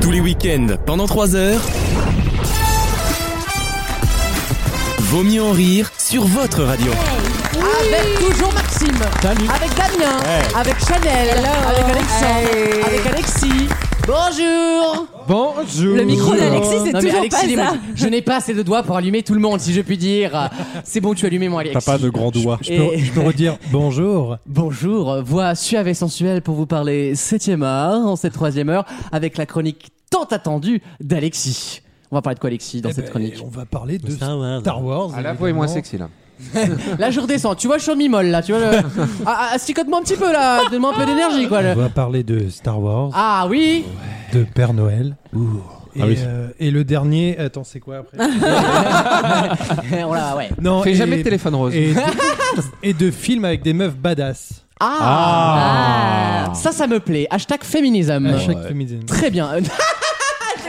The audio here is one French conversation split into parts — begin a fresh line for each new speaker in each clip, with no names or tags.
Tous les week-ends, pendant 3 heures. Vaut mieux en rire sur votre radio.
Avec toujours Maxime. Avec Damien. Avec Chanel. Avec Alexandre.
Hey.
Avec Alexis. Bonjour.
Bonjour.
Le micro d'Alexis, c'est
Non, mais
toujours
Alexis, les
pas ça.
mots- Je n'ai pas assez de doigts pour allumer tout le monde, si je puis dire. C'est bon, tu allumes, moi, Alexis.
T'as pas de grand doigt.
Je peux- je peux
redire bonjour.
Bonjour, voix suave et sensuelle pour vous parler 7ème art en cette troisième heure avec la chronique tant attendue d'Alexis. On va parler de quoi, Alexis, dans
Eh ben,
cette chronique
On va parler de Star Wars.
À la voix est moins
évidemment.
sexy là.
Là, je redescends. Tu vois, je suis en mi-molle, là. Tu vois, le... ah, ah, asticote-moi un petit peu, là. Donne-moi un peu d'énergie, quoi. le-
On va parler de Star Wars,
Ah oui
de Père Noël. Et,
Ah oui.
euh, et le dernier, attends, c'est quoi après
On l'a- ouais.
Non,
Ah. Fais
et-
jamais de téléphone rose.
Et, et de films avec des meufs badass.
Ah, Ça, ça me plaît. Hashtag féminisme.
Ah,
À chaque féminisme.
Très bien.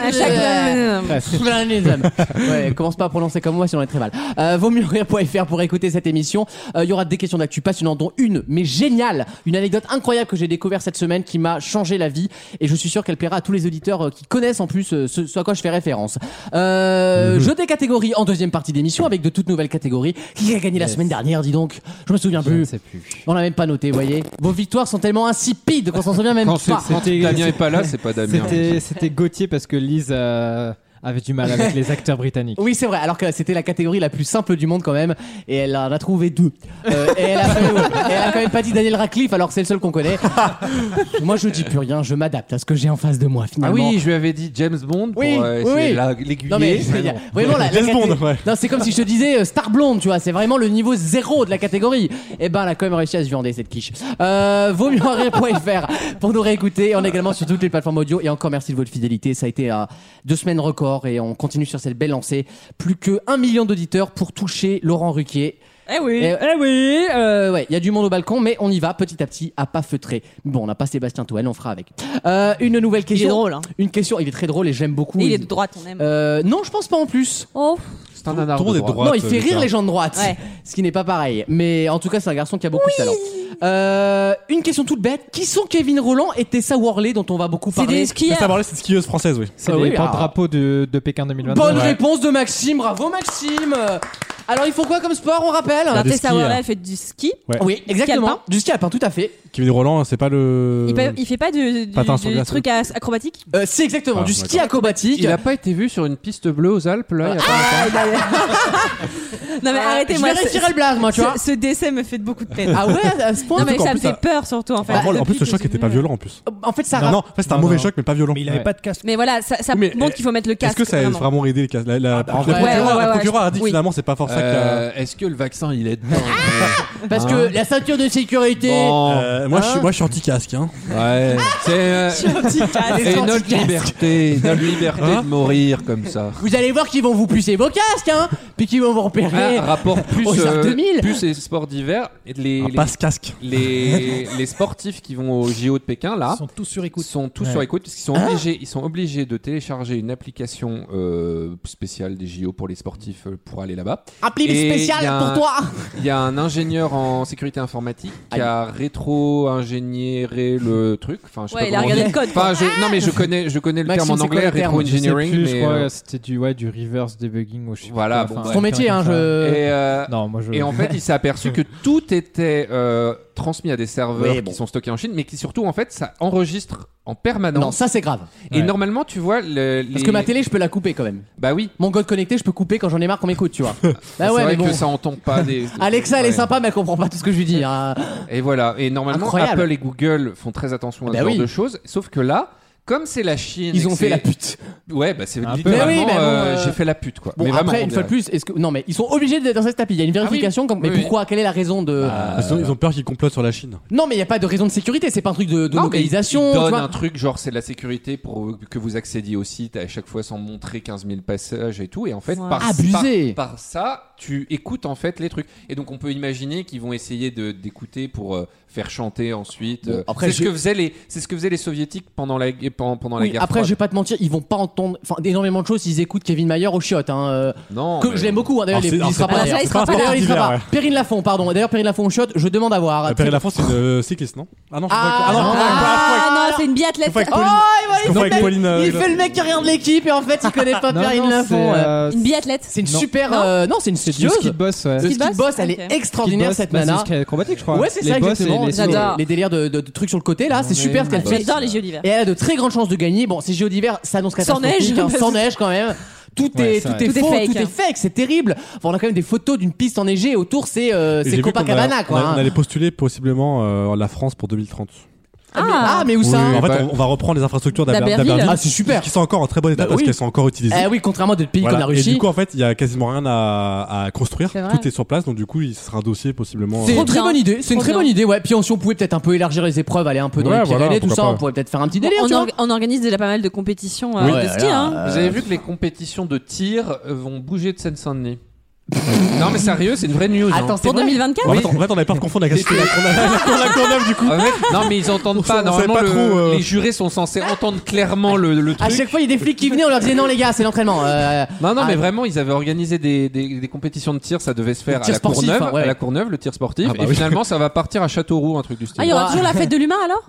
À chaque-
Euh,
Non, non, non.
Féminisme. Ouais, commence pas à prononcer comme moi, sinon on est très mal. Euh, vaut mieux rire.fr pour écouter cette émission. Euh, Il y aura des questions d'actu passionnantes, dont une, mais géniale. Une anecdote incroyable que j'ai découvert cette semaine qui m'a changé la vie. Et je suis sûr qu'elle plaira à tous les auditeurs euh, qui connaissent en plus euh, ce, ce à quoi je fais référence.
Mhm.
Euh, Jeu des catégories en deuxième partie d'émission avec de toutes nouvelles catégories. Qui a gagné la semaine dernière, dis donc Je me souviens plus. On l'a même pas noté, voyez. Vos victoires sont tellement insipides qu'on s'en souvient même
Quand c'est-
pas.
quand
C'était-
Damien est pas là, c'est pas Damien.
C'était c'était Gauthier parce que Lise euh, avait du mal avec les acteurs britanniques.
Oui, c'est vrai, alors que c'était la catégorie la plus simple du monde quand même, et elle en a trouvé deux. Euh, et elle a, et elle a quand même pas dit Daniel Radcliffe, alors que c'est le seul qu'on connaît. moi, je dis plus rien, je m'adapte à ce que j'ai en face de moi,
Ah
finalement.
oui, je lui avais dit James Bond pour
Oui,
euh,
oui,
essayer
oui.
de la- l'aiguiller.
Non mais il y a- vraiment la, la
James Bond,
catég-
ouais.
Non, c'est comme si je te disais euh, Star Blonde, tu vois, c'est vraiment le niveau zéro de la catégorie. Et ben, elle a quand même réussi à se viander cette quiche. Euh, vaut mieux en rire.fr pour nous réécouter. On est également sur toutes les plateformes audio. Et encore merci de votre fidélité. Ça a été euh, deux semaines record et on continue sur cette belle lancée. Plus que un million d'auditeurs pour toucher Laurent Ruquier.
Eh oui.
Eh, eh oui, euh, ouais, il y a du monde au balcon, mais on y va petit à petit, à pas feutrer. Bon, on n'a pas Sébastien Toen, on fera avec. Euh, une nouvelle question.
drôle, hein.
Une question, il est très drôle et j'aime beaucoup.
Il est de droite, on aime.
Euh, non, je pense pas en plus.
Oh,
C'est un nanar
Tout le monde
de
est
droite.
droit.
non, il fait rire les gens de droite,
Ouais.
ce qui n'est pas pareil. Mais en tout cas, c'est un garçon qui a beaucoup de talent. Euh, une question toute bête qui sont Kevin Roland et Tessa Worley dont on va beaucoup
c'est
parler
des skieurs.
Savoir c'est une skieuse française, oui.
C'est
Ah
les
oui, ah.
porte-drapeaux de, de Pékin 2022.
Bonne réponse de Maxime, bravo Maxime. Alors, il faut quoi comme sport On rappelle.
Alors,
des
Bah, Tessa
skis,
Worley,
hein.
elle fait du ski.
Oui, exactement.
alpin
Du ski alpin, tout à fait.
Kevin Roland, c'est pas le.
Il, fait, il fait pas du, du-
Patin sur
du
glace,
truc as- acrobatique
Euh, c'est exactement
Ah,
du ski acrobatique.
Il a pas été vu sur une piste bleue aux Alpes là. il y a pas longtemps.
Non, mais arrêtez-moi.
Ah, Je vais
ce-
retirer le blaze, moi, tu vois.
ce, ce décès me fait beaucoup de peine.
Ah ouais, à ce point
non, mais
qu'en
ça me
plus,
fait
ça-
peur surtout
Bah,
en fait.
En, en
depuis
plus, le
que
choc
j'ai
était
vu.
pas violent en plus.
En fait, ça
Non,
rappe-
non, en fait, c'était un
Non,
mauvais
non.
choc, mais pas violent.
Mais il avait
Ouais.
pas de casque.
Mais voilà, ça, ça
Oui, mais-
montre qu'il faut mettre le
Est-ce
casque.
que ça a
vraiment.
vraiment aidé les cas la,
Ah,
la-
bah,
en fait,
ouais,
le procureur-
ouais, ouais,
la
ouais,
procureure
je-
a dit que
oui.
finalement, c'est pas forcément
Euh, Est-ce que le vaccin il est dedans
Parce que la ceinture de sécurité.
Bon,
euh, moi, je
Hein
suis, moi, je suis anti-casque. Hein.
ouais. C'est euh,
Ah,
c'est notre liberté, notre liberté de mourir comme ça.
Vous allez voir qu'ils vont vous pucer vos casques, hein. Puis qu'ils vont vous repérer.
Un rapport plus
Aux heures
euh,
2000.
plus les sports d'hiver, et les,
Un
les-
passe-casque.
les, les sportifs qui vont au JO de Pékin là.
Ils sont tous sur écoute.
sont tous
Ouais.
sur écoute parce qu'ils
Hein
sont obligés, ils sont obligés de télécharger une application euh, spéciale des JO pour les sportifs euh, pour aller là-bas.
Un playlist
Et
spécial
y a
pour
un-
toi.
Il y a un ingénieur en sécurité informatique qui a rétro-ingénieré le truc. Enfin, je sais
Ouais,
pas
il a
comment on
regardé
dit.
le code.
Enfin,
quoi. Ah
je- non mais je connais, je connais le
Maxime,
terme en
c'est quoi
anglais,
le terme
Je sais
rétro-engineering.
plus, je
mais,
crois
euh,
que c'était du, ouais, du reverse debugging ou je sais plus quoi,
Voilà, bon,
enfin,
ouais.
Ton métier, hein. Je.
et, euh,
Non, moi je.
et en fait, il s'est aperçu que tout était euh, transmis à des serveurs
Oui, bon.
qui sont stockés en Chine, mais qui surtout en fait, ça enregistre en
Non,
permanence.
ça c'est grave.
Et
Ouais.
normalement, tu vois, le,
Parce
les-
que ma télé, je peux la couper quand même.
bah oui.
Mon code connecté, je peux couper quand j'en ai marre qu'on m'écoute, tu vois.
C'est
Bah ouais, mais
vrai
bon.
que ça entend pas des.
Alexa, elle est
Ouais.
sympa, mais elle comprend pas tout ce que je lui dis. hein.
Et voilà. Et normalement,
Incroyable.
Apple et Google font très attention à
Bah
ce genre
oui.
de choses. Sauf que là, comme c'est la Chine, et
Ils
que
ont fait
c'est-
la pute.
Ouais, bah c'est
Un peu.
littéralement.
Mais oui, bah bon,
euh,
euh,
J'ai fait la pute quoi.
Bon,
mais vraiment,
après, une
on
fois de
dirait. Ah
plus, est-ce que. Non, mais ils sont obligés d'être dans cette tapis. Il y a une vérification. comme- Mais
Oui, Bah, oui.
pourquoi Quelle est la raison de.
ils, ont, ils ont peur qu'ils complotent sur la Chine.
Non, mais il n'y a pas de raison de sécurité. C'est pas un truc de, de
Non, mais ils-
localisation.
Ils
tu
donnent
vois.
un truc genre c'est de la sécurité pour que vous accédiez au site à chaque fois sans montrer 15 000 passages et tout. Et en fait,
Ouais.
par,
Abusé.
par, par ça, tu écoutes en fait les trucs. Et donc on peut imaginer qu'ils vont essayer de d'écouter pour euh, faire chanter ensuite.
Bon,
euh,
après,
c'est ce
je-
que faisaient les c'est ce que faisaient les soviétiques pendant la pendant, pendant la
Oui,
guerre.
après, je
froide.
vais pas te mentir, ils vont pas entendre enfin, énormément de choses. Ils écoutent Kevin Mayer au chiottes. Hein, euh,
non.
que
mais-
je l'aime beaucoup. hein, D'ailleurs,
Alors,
il,
c'est-
il
alors,
sera
c'est
pas.
pas-
D'ailleurs,
c'est pas un
D'ailleurs, il sera
sport
pas.
d'hiver,
Perrine Lafont, pardon. D'ailleurs, Perrine Lafont au chiottes, je demande à voir.
Perrine Lafont, c'est une euh, cycliste, non Ah non, je
Ah,
crois que-
non,
non,
ah,
je crois que-
Ah, c'est une biathlète.
Faut pas que
Oh,
Pauline-
il,
Faut
va- il
avec
fait,
Pauline, euh,
il fait le mec qui regarde l'équipe et en fait il connaît pas
Non,
Perrine
non,
Lafont.
c'est,
ouais.
euh,
Une biathlète.
C'est une
non.
super.
Non.
euh, Non, c'est une
Du
studieuse.
ski de boss, ouais.
Le
Ski
ski boss,
boss
elle
Ok.
est extraordinaire
Boss,
cette
bah, c'est
nana.
le ski Acrobatique, je crois.
Ouais, c'est
Les
ça
boss et
exactement.
les sauts.
J'adore.
Les délires de, de- de trucs sur le côté là, c'est super ce qu'elle fait.
J'adore les jeux d'hiver.
Et elle a de très grandes chances de gagner. Bon, ces Jeux d'hiver s'annoncent
Sans
catastrophiques,
neige.
hein, sans neige quand même. Tout
Ouais,
est,
c'est
tout
vrai.
est
Tout est
faux,
fake,
tout est
hein.
fake, c'est terrible. Enfin, on a quand même des photos d'une piste enneigée et autour c'est euh,
Et
c'est
j'ai vu qu'on
Copacabana
a-
quoi.
On, a- on
hein.
allait postuler possiblement euh, la France pour 2030.
Ah, mais où ça
en fait,
bah-
on, on va reprendre les infrastructures d'Aber-
D'Aberville.
d'Aberville.
Ah, c'est super.
Qui sont encore en très bon état
Bah
parce
oui.
qu'elles sont encore utilisées.
Eh oui, contrairement à d'autres pays
Voilà.
comme la
Et
Russie.
du coup, en fait, il y a quasiment rien à, à construire.
C'est vrai.
Tout est sur place, donc du coup, il sera un dossier possiblement. euh,
C'est
Trop
une très
bien.
bonne idée, c'est une
Trop
très
bien.
bonne idée. Ouais, puis on- si on pouvait peut-être un peu élargir les épreuves, aller un peu dans
Ouais,
les Pyrénées,
voilà,
tout
pourquoi
ça,
pas.
on pourrait peut-être faire un petit délire,
On,
tu vois.
org- on organise déjà pas mal de compétitions euh,
Oui.
de
Ouais,
ski.
là,
hein.
euh,
Vous avez vu que les compétitions de tir euh, vont bouger de Seine-Saint-Denis Non, mais sérieux, c'est une vraie news. hein.
Attends, c'est
Pour
vrai
2024
En fait, on- en fait, on avait peur de confondre avec la cité de la Courneuve- la Courneuve, du coup.
Ah, mec, non, mais ils entendent pas.
savait
Normalement,
pas
le-
trop, euh.
les jurés sont censés entendre clairement le, le
À
truc.
chaque fois, il y a des flics qui venaient, on leur disait non, les gars, c'est l'entraînement. Euh,
Non, non,
Ah.
mais vraiment, ils avaient organisé des, des- des compétitions de tir. Ça devait se faire à
tir
la,
sportif,
Courneuve,
hein, ouais.
à la Courneuve, le tir sportif.
Ah bah
et
oui.
finalement, ça va partir à Châteauroux, un truc du style.
Ah, il y
Bah.
aura toujours la fête de l'humain alors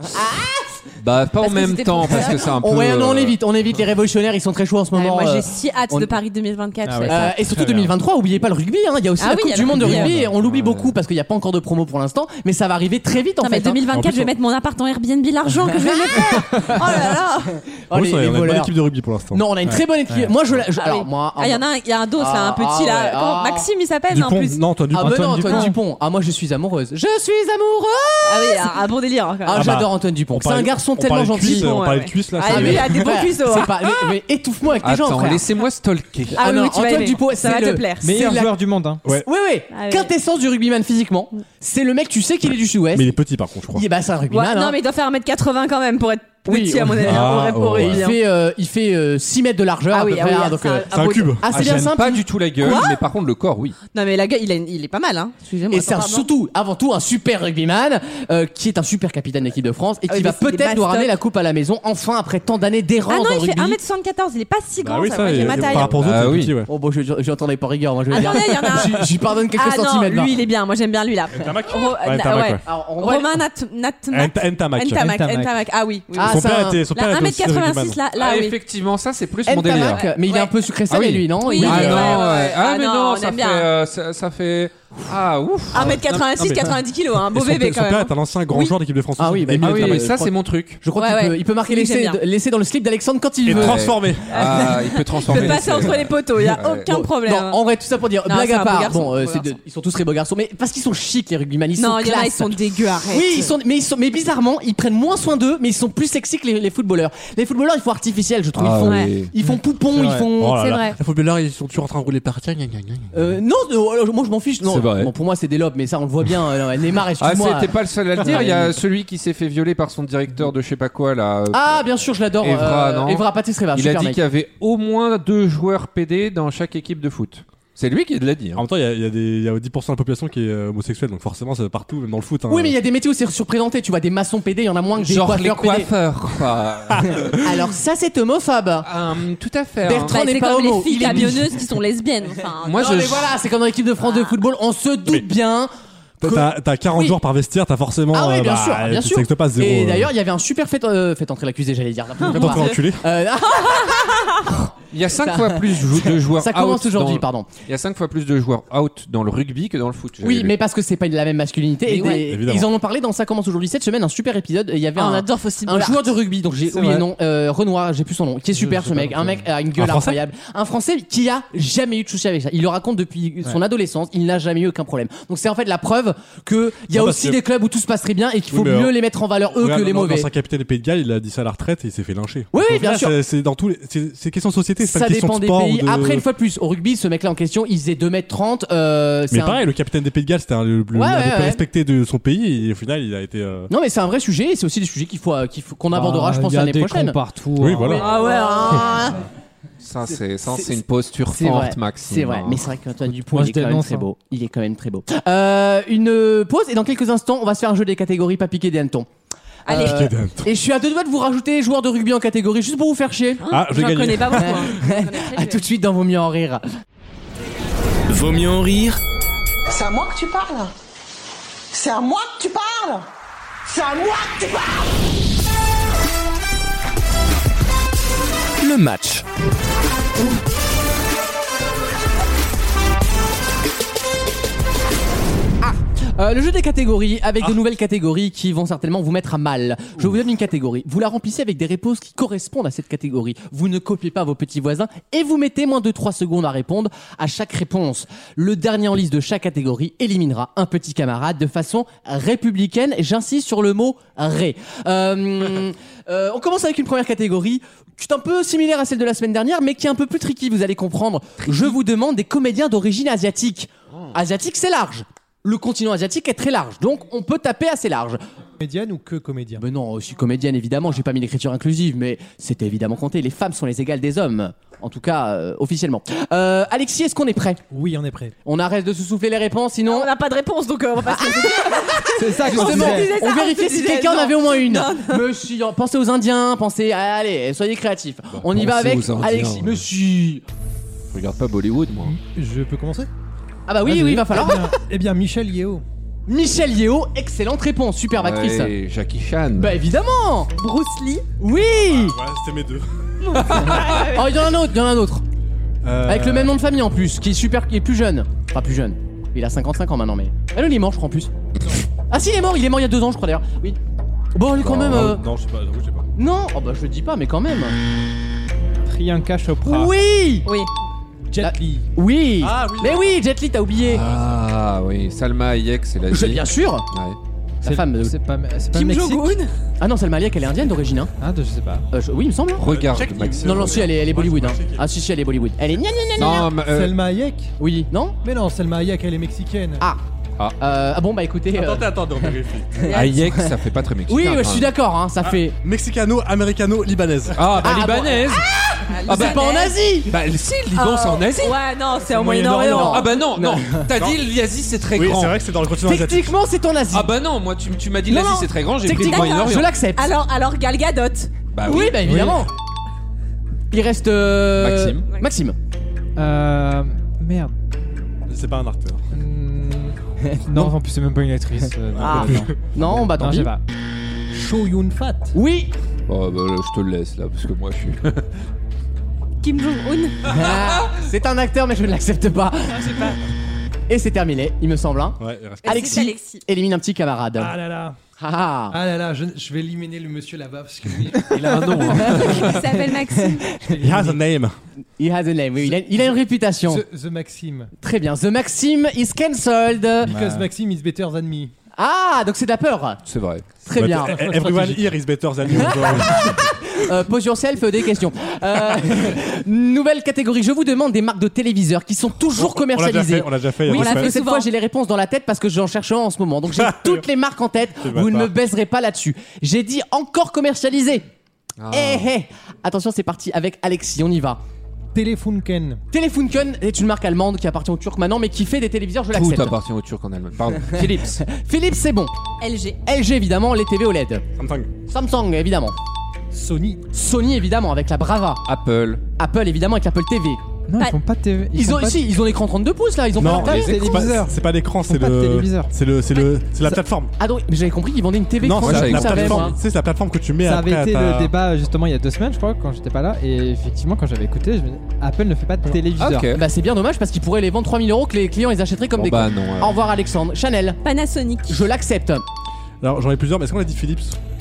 Bah, pas
Parce
en
que
même
c'était
temps,
trop
parce
cher.
que c'est un peu.
on, ouais, non, on
euh,
évite, on évite les révolutionnaires, ils sont très chauds en ce
Ouais,
moment.
Moi
euh,
j'ai si hâte
on-
de Paris 2024.
Ah
ça.
ouais,
Euh, et surtout 2023, oubliez pas le rugby, hein. il y a aussi
Ah
la
oui, il y
Coupe
a
du
le
Monde de
rugby,
rugby,
hein.
et on l'oublie
Ouais.
beaucoup parce qu'il n'y a pas encore de promo pour l'instant, mais ça va arriver très vite en
Non, mais
fait. hein.
2024, je vais mettre mon appart en Airbnb, l'argent que je vais me faire. Oh là là
Oh,
En
les-
plus, on a-
les
on a une bonne
voleurs.
équipe de rugby pour l'instant.
Non, on a une très bonne équipe. Moi, je, la- je-
Ah
alors
oui.
moi,
Ah, il y en a un, il y a un dos là, un
Ah,
petit
ah,
là.
ouais,
Comment-
ah.
Maxime, il s'appelle
Dupont,
en plus.
non, toi, Dupont.
Ah ben non,
Antoine Dupont.
Antoine Dupont. Ah moi, je suis amoureuse. Je suis amoureuse.
Ah oui, un, un bon délire. encore.
Ah,
bah,
j'adore Antoine Dupont.
On
C'est un
parlait-
garçon
on
tellement
parlait de
gentil.
cuisses, euh. On
Ouais,
parlait
ouais.
de cuisses là.
Ah,
ça
lui,
y est.
il a des bons
Frère,
cuisseaux.
c'est pas- mais- mais étouffe-moi avec tes gens,
Attends,
frère.
laissez-moi stalker.
Ah
Ah
oui,
non,
oui, tu vas
Antoine
aimer.
Dupont,
ça
c'est
va
le-
te plaire.
Meilleur
la-
joueur du monde, hein.
Ouais.
Oui, oui.
Ah oui. Mm.
Quintessence du rugbyman physiquement. C'est le mec, tu sais qu'il est du sud-ouest.
Mais il est petit par contre, je crois.
Il est bah, c'est un
Ouais,
rugbyman.
non,
hein.
mais il doit faire 1m80 quand même pour être
Oui,
petit, à mon avis.
Ah,
on aurait pour
oh,
Et
lui,
il
hein.
fait, euh, il fait euh, 6 mètres de largeur
Ah
à
oui,
peu
ah
près,
oui,
hein,
ah,
donc,
ça-
euh,
C'est un
beau-
cube. Bah
Ah,
Ah,
c'est bien
j'aime
simple.
pas
il-
du tout la gueule, mais par contre, le corps, oui.
Non, mais la gueule, il, est- il est pas mal, hein. Excusez-moi.
Et c'est un-
pardon.
surtout, avant tout, un super rugbyman euh, qui est un super capitaine d'équipe de France et
Ah
qui
oui,
va
mais c'est des
peut-être nous
bastos.
ramener la coupe à la maison enfin après tant d'années
Ah
d'errance
non,
dans le
il fait
rugby.
1m74, il est pas si grand,
Bah oui,
ça, moi,
ça,
j'ai
et-
le
par
matériel.
rapport aux
Ah
autres,
oui.
c'est petit, ouais.
Oh bon, je j'entendais pas rigueur, moi je veux dire.
Attendez, Ah il y en a un.
J'y pardonne quelques
Ah non,
centimètres.
lui,
là.
il est bien. Moi, j'aime bien lui, là. après.
Ntamak
Ro-
Ouais,
na-
Ntamak, ouais.
Alors, on va-
Romain Nat- Natmak.
Ent- Entamac.
Ntamak,
Ntamak.
Ntamak. Ah oui. oui, oui.
Ah,
Son
ça,
père était son père
Là,
était aussi rugbyman.
1m86, là, là,
Ah,
oui.
effectivement, ça, c'est plus
Ed
mon délire.
Tamak, mais il est un peu sucré salé
Ah oui.
lui, non
Oui,
Il est-
Ah
ouais, ouais,
non, ouais.
ouais.
ah
Ah
mais
non,
non,
on
ça
aime
fait,
bien.
euh, ça, ça fait ah ouf.
1m86,
Non, mais-
90 kilos, un
Et
beau
son
bébé
père-
quand
Son père
même.
est un ancien grand
Oui.
joueur d'équipe de France.
Ah oui, bah,
Émile
Ah oui,
Émile
euh,
mais
Ntamak.
ça c'est mon truc.
Je crois
Ouais,
qu'il
ouais.
peut, il peut marquer
Oui,
l'essai
j'aime bien.
l'essai dans le slip d'Alexandre quand il
Et
veut.
trans-
transformé.
Ah, il peut
Il
transformer.
peut passer
les-
entre les poteaux, il y a
Ouais.
aucun
Bon,
problème.
non, en vrai, tout ça pour dire,
Non,
blague
c'est
à
un beau
part,
garçon,
bon, euh,
beau
c'est de-
garçon.
ils sont tous très beaux garçons, mais parce qu'ils sont chics les rugbyman, ils
Non,
sont
il y en a, ils
classe.
sont dégueux, arrête.
Oui, ils sont, mais, ils sont, mais bizarrement, ils prennent moins soin d'eux, mais ils sont plus sexy que les, les footballeurs. Les footballeurs, ils font artificiel, je trouve.
Ah
ils, font,
oui.
ils font poupon, ils font.
Oh là
C'est
là.
vrai.
Les footballeurs, ils sont toujours en train de rouler par terre.
Euh, non, euh, moi je m'en fiche. Non,
C'est vrai.
bon, pour moi c'est des lobes, mais ça on le voit bien. euh, non, Neymar,
Ah,
excuse-moi. Euh,
c'était pas le seul à le dire. Il y a celui qui s'est fait violer par son directeur de je sais pas quoi là.
Ah, bien sûr, je l'adore.
Evra,
euh,
non
Evra Patisreva,
il a
super
dit
mec.
qu'il y avait au moins deux joueurs PD dans chaque équipe de foot. C'est lui qui l'a dit.
En
hein.
même temps, il y a- il y, a des- il y a 10% de la population qui est euh, homosexuelle, donc forcément, c'est partout, même dans le foot. hein.
Oui, mais il y a des métiers où c'est surprésenté. Tu vois, des maçons PD, il y en a moins que des
Genre les
coiffeurs PD.
coiffeurs. quoi.
Alors ça, c'est homophobe.
Hum, tout à fait. hein.
Bertrand-
Bah,
n'est
c'est
pas
comme les
homo,
filles
il est bi.
camionneuses qui sont lesbiennes. Enfin,
Moi,
non,
je- Ah.
mais voilà, c'est comme dans l'équipe de France de football, on se doute
Mais-
bien.
T'as- T'as t'as 40
Oui.
joueurs par vestiaire, t'as forcément.
Ah oui,
euh,
bien
bah,
sûr, bien
tu
sûr.
sextes pas zéro.
Et
euh,
d'ailleurs, il y avait un super fait, euh, fait entrer l'accusé, j'allais dire.
quand t'es enculé.
Euh, ah,
Il y a cinq
Ça-
fois plus jou- de joueurs
ça commence
out
aujourd'hui,
dans-
pardon.
Il y a cinq fois plus de joueurs out dans le rugby que dans le foot. j'avais
Oui,
lu.
mais parce que c'est pas la même masculinité. et
Mais ouais.
des-
Évidemment.
ils en ont parlé dans Ça commence aujourd'hui cette semaine, un super épisode. et Il y avait
Ah, on
un,
adore Faustine
un
Bollard.
joueur de rugby, donc j'ai
C'est
oublié
vrai.
le nom, euh, Renoir, j'ai plus son nom, qui est super
je
ce
sais
mec,
pas
un
non
mec a une gueule
euh, Un Français
incroyable, un Français qui a jamais eu de souci avec ça. Il le raconte depuis son adolescence, il n'a jamais eu aucun problème. Donc c'est en fait la preuve que il y a
Non, parce
aussi
que-
des clubs où tout se passe très bien et qu'il
Oui,
faut
mais,
mieux
euh,
les mettre en valeur eux
Regarde,
que les
dans-
mauvais.
Dans sa capitaine des Pays de Galles, il a dit ça à la retraite et il s'est fait lyncher.
Oui, oui,
Donc,
bien
là,
sûr.
c'est- C'est dans tous les. C'est c'est question de société, c'est pas
Ça
une
dépend
question de
des
sport.
pays.
ou de-
Après, une fois de plus, au rugby, ce mec-là en question, il faisait 2m30. Euh, c'est
Mais
un-
pareil, le capitaine des Pays de Galles, c'était un- le le-
Ouais,
l'un des
ouais,
plus
ouais.
respecté de son pays et au final, il a été. euh,
Non, mais c'est un vrai sujet et c'est aussi des sujets qu'il faut, euh, qu'il faut- qu'on
Bah,
abordera, je
Ah,
pense,
il y a
l'année
des cons
prochaine.
partout.
Oui,
hein.
voilà.
Ah ouais, ah,
Ça, c'est ça,
c'est-
c'est une posture
C'est vrai,
forte, Maxime. hein.
C'est vrai, mais c'est vrai qu'Antoine Dupont, il
je
est quand même
dénonce,
très
hein.
beau. Il est quand même très beau. Euh, une euh, pause et dans quelques instants, on va se faire un jeu des catégories pas piqué des hannetons.
Allez.
Euh, et je suis à deux doigts de vous rajouter joueur de rugby en catégorie juste pour vous faire chier.
Ah, j'ai
J'en
gagné.
connais pas beaucoup. hein. J'en connais très
à
peu.
tout de suite dans Vos mieux en rire.
Vaut mieux en rire
C'est à moi que tu parles C'est à moi que tu parles C'est à moi que tu parles
Le match.
Euh, le jeu des catégories avec des nouvelles catégories qui vont certainement vous mettre à mal. Je vous donne une catégorie. Vous la remplissez avec des réponses qui correspondent à cette catégorie. Vous ne copiez pas vos petits voisins et vous mettez moins de 3 secondes à répondre à chaque réponse. Le dernier en liste de chaque catégorie éliminera un petit camarade de façon républicaine. J'insiste sur le mot ré. Euh, euh, on commence avec une première catégorie qui est un peu similaire à celle de la semaine dernière mais qui est un peu plus tricky, vous allez comprendre. Je vous demande des comédiens d'origine asiatique. Asiatique, c'est large le continent asiatique est très large, donc on peut taper assez large.
Comédienne ou que comédien
Mais non, je suis comédienne évidemment, j'ai pas mis l'écriture inclusive, mais c'était évidemment compté. Les femmes sont les égales des hommes, en tout cas euh, officiellement. Euh, Alexis, est-ce qu'on est prêt
Oui, on est prêt.
On arrête de se souffler les réponses, sinon
On n'a pas de réponse, donc euh, on va pas se
C'est ça que je
Justement,
disais.
disait ça,
on
on
vérifiait
se
si
disait
quelqu'un en
non.
avait au moins une. Monsieur, pensez aux Indiens, pensez. Allez, soyez créatifs. on y va
Bah,
avec
pensez aux Indiens,
Alexis.
ouais.
Monsieur.
Je regarde pas Bollywood, moi.
Je peux commencer
Ah bah oui,
Vas-y.
oui, il va falloir.
Eh bien- Eh bien, Michel Yeo.
Michel Yeo, excellente réponse, superbe actrice.
Ouais, Jackie Chan.
Bah évidemment
Bruce Lee.
Oui
Ouais, c'était mes deux.
Oh, il y en a un autre, il y en a un autre. Avec le même nom de famille en plus, qui est super, qui est plus jeune. Enfin plus jeune. Il a 55 ans maintenant, mais. Ah non, il est mort, je crois en plus. Ah si, il est mort, il est mort il y a deux ans, je crois d'ailleurs. Oui. Bon, lui quand
Non,
même. euh,
Non, je sais pas, j'avoue, je sais pas.
Non. Oh bah je le dis pas, mais quand même.
Priyanka Chopra.
Oui.
Oui.
Jet Li.
Oui.
Ah, oui.
Mais oui, Jet Li, t'as oublié.
Ah oui, Salma Hayek, c'est la
Je-
vie.
bien sûr. La
Ouais.
femme. de-
C'est pas, c'est pas
Kim
Mexique
Jong-un.
Ah non, Salma Hayek, elle est indienne d'origine. Hein.
Ah, de- je sais pas.
Euh, je- Oui, il me semble.
Regarde,
Jack-
Maxime.
Non, non, si, elle est, elle est
Moi, je
Bollywood. Hein.
pensais qu'elle-
Ah si, si, elle est Bollywood. Elle est gna gna gna gna.
Non, mais, euh,
Selma Hayek
Oui. Non.
Mais non, Selma Hayek, elle est mexicaine.
Ah.
Ah.
Euh, ah bon, bah écoutez. euh,
Attendez, attendez, on vérifie.
Hayek, ça fait pas très mexicain.
Oui, ouais, je
quand
suis
même.
d'accord. Hein, ça fait.
Mexicano, americano, libanaise.
Ah, bah,
Ah,
libanaise
Ah, c'est pas en Asie.
Bah, si, le Liban, c'est en
Ah,
Asie
Ouais, non, c'est au
Moyen-Orient.
Moyen-Orient.
Ah, bah non, non T'as dit l'Asie, c'est très
Oui,
grand.
c'est vrai que c'est dans le continent asiatique.
Techniquement, c'est en Asie.
Ah, bah non, moi, tu, tu m'as dit
Non,
l'Asie,
non.
c'est très grand, j'ai pris le
Techniquement, je
Moyen-Orient.
l'accepte.
Alors, alors Gal Gadot.
Bah
Ah, oui, bah évidemment. Il reste euh,
Maxime.
Maxime.
Euh. Merde.
C'est pas un acteur.
Hmm, Non, en plus, c'est même pas une actrice. euh, non,
Ah.
non,
Non, bah
non,
tant
je sais
pis.
pas.
Show Yun Fat.
Oui.
Oh, bah, là, je te le laisse, là, parce que moi, je suis...
Kim Jong-un.
Ah, c'est un acteur, mais je ne l'accepte pas. Et c'est terminé, il me semble. hein.
Ouais, il reste
Alexis,
Bah, Alexis.
élimine un petit camarade.
Ah là là.
Ah, ah.
Ah là là, je, je vais éliminer le monsieur là-bas parce que lui,
Il a un nom, hein.
Il s'appelle Maxime.
He has a name.
He has a name. Oui, il, a, il a une réputation.
The, the Maxime.
Très bien. The Maxime is cancelled.
Because Maxime is better than me.
Ah, donc c'est de la peur.
C'est vrai.
Très
But,
bien.
eh, Everyone here is better than you. Bah,
Euh, pose yourself euh, des questions. Euh, nouvelle catégorie. Je vous demande des marques de téléviseurs qui sont toujours
on l'a déjà
commercialisées.
fait, on l'a déjà fait. il y a
Oui,
deux
parce que
semaines.
cette
souvent.
fois, j'ai les réponses dans la tête parce que j'en cherche un en ce moment. Donc j'ai toutes les marques en tête. Vous ne me
bâtard.
baiserez pas là-dessus. J'ai dit encore commercialisé.
Ah.
Eh, eh. Attention, c'est parti avec Alexis, on y va.
Telefunken.
Telefunken est une marque allemande qui appartient aux Turcs maintenant, mais qui fait des téléviseurs, je
Tout
l'accepte.
appartient aux Turcs en Allemagne. Pardon. Philips.
Philips, c'est bon.
LG.
LG, évidemment, les TV OLED.
Samsung.
E Samsung, évidemment.
Sony.
Sony, évidemment, avec la Brava.
Apple.
Apple, évidemment, avec l'Apple TV.
Non,
Pas-
ils font pas de TV.
Ils, ont,
font pas de-
si, ils ont l'écran 32 pouces, là. Ils ont
Non,
pas leur
les
tablette.
C'est pas- C'est pas l'écran, c'est
pas de
le.
téléviseur.
C'est le, c'est le, c'est la plateforme.
Ah donc, mais j'avais compris qu'ils vendaient une TV.
Non,
Franck,
c'est
ça,
la,
je
la
j'avais
savais, moi.
plateforme. Tu sais, c'est la plateforme que tu mets
Ça avait
après. à
été
ta-
le débat justement il y a deux semaines, je crois, quand j'étais pas là. Et effectivement, quand j'avais écouté, je me dis, Apple ne fait pas de Ah. téléviseur.
Ok.
Bah c'est bien dommage parce qu'ils pourraient les vendre 3000 euros que les clients ils achèteraient comme
Bon,
des
bah
cons.
non. ouais.
Au revoir Alexandre. Chanel,
Panasonic.
je l'accepte.
Alors j'en ai plusieurs, mais est-ce qu'on a dit Philips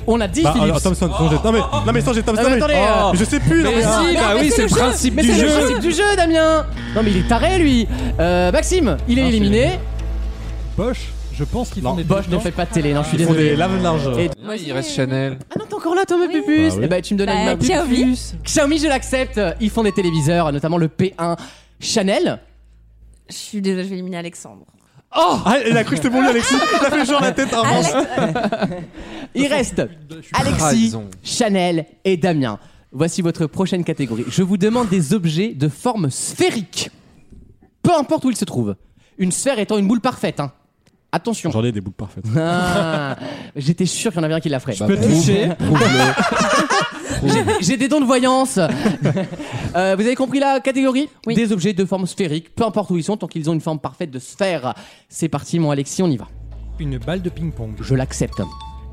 On a dit
Bah,
Philips.
alors, Thomson. Non, j'ai- non, mais, non, mais attends, j'ai Thomson.
Ah, mais
mais-
attendez,
Oh,
euh,
mais Je sais plus, non,
Mais
mais.
Ah,
si,
non,
bah
mais
oui,
c'est
c'est
le
le
jeu.
principe
mais
du
c'est le
jeu.
principe du jeu Damien Non mais il est taré lui Euh, Maxime, il est
Non,
éliminé.
Bosch. Je pense qu'ils font
Non,
des
Bosch ne
téléviseurs.
fait pas de télé, non je suis
Ils font des
désolé.
lave-linges.
Et-
Ah, il reste Chanel.
Ah non t'es encore là toi ma
Oui.
pupus
Bah oui.
Et bah tu me donnes une
Bah,
main.
Xiaomi.
Xiaomi je l'accepte, ils font des téléviseurs, notamment le P1. Chanel Oh,
Je suis désolée, je vais éliminer Alexandre.
Ah, il a cru que c'était pour lui, Alexis. Il a fait genre la tête avance.
Il reste Alexis,
Trahison.
Chanel et Damien. Voici votre prochaine catégorie. Je vous demande des objets de forme sphérique. Peu importe où ils se trouvent. Une sphère étant une boule parfaite. hein. Attention.
J'en ai des boules parfaites.
Ah, J'étais sûr qu'il y en avait un qui la ferait.
Bah,
Peut
prouve-
toucher.
Ah,
prouve-le. Prouve-le.
J'ai des dons de voyance. Euh, vous avez compris la catégorie
Oui.
Des objets de forme sphérique, peu importe où ils sont, tant qu'ils ont une forme parfaite de sphère. C'est parti, mon Alexis, on y va.
Une balle de ping-pong.
Je l'accepte.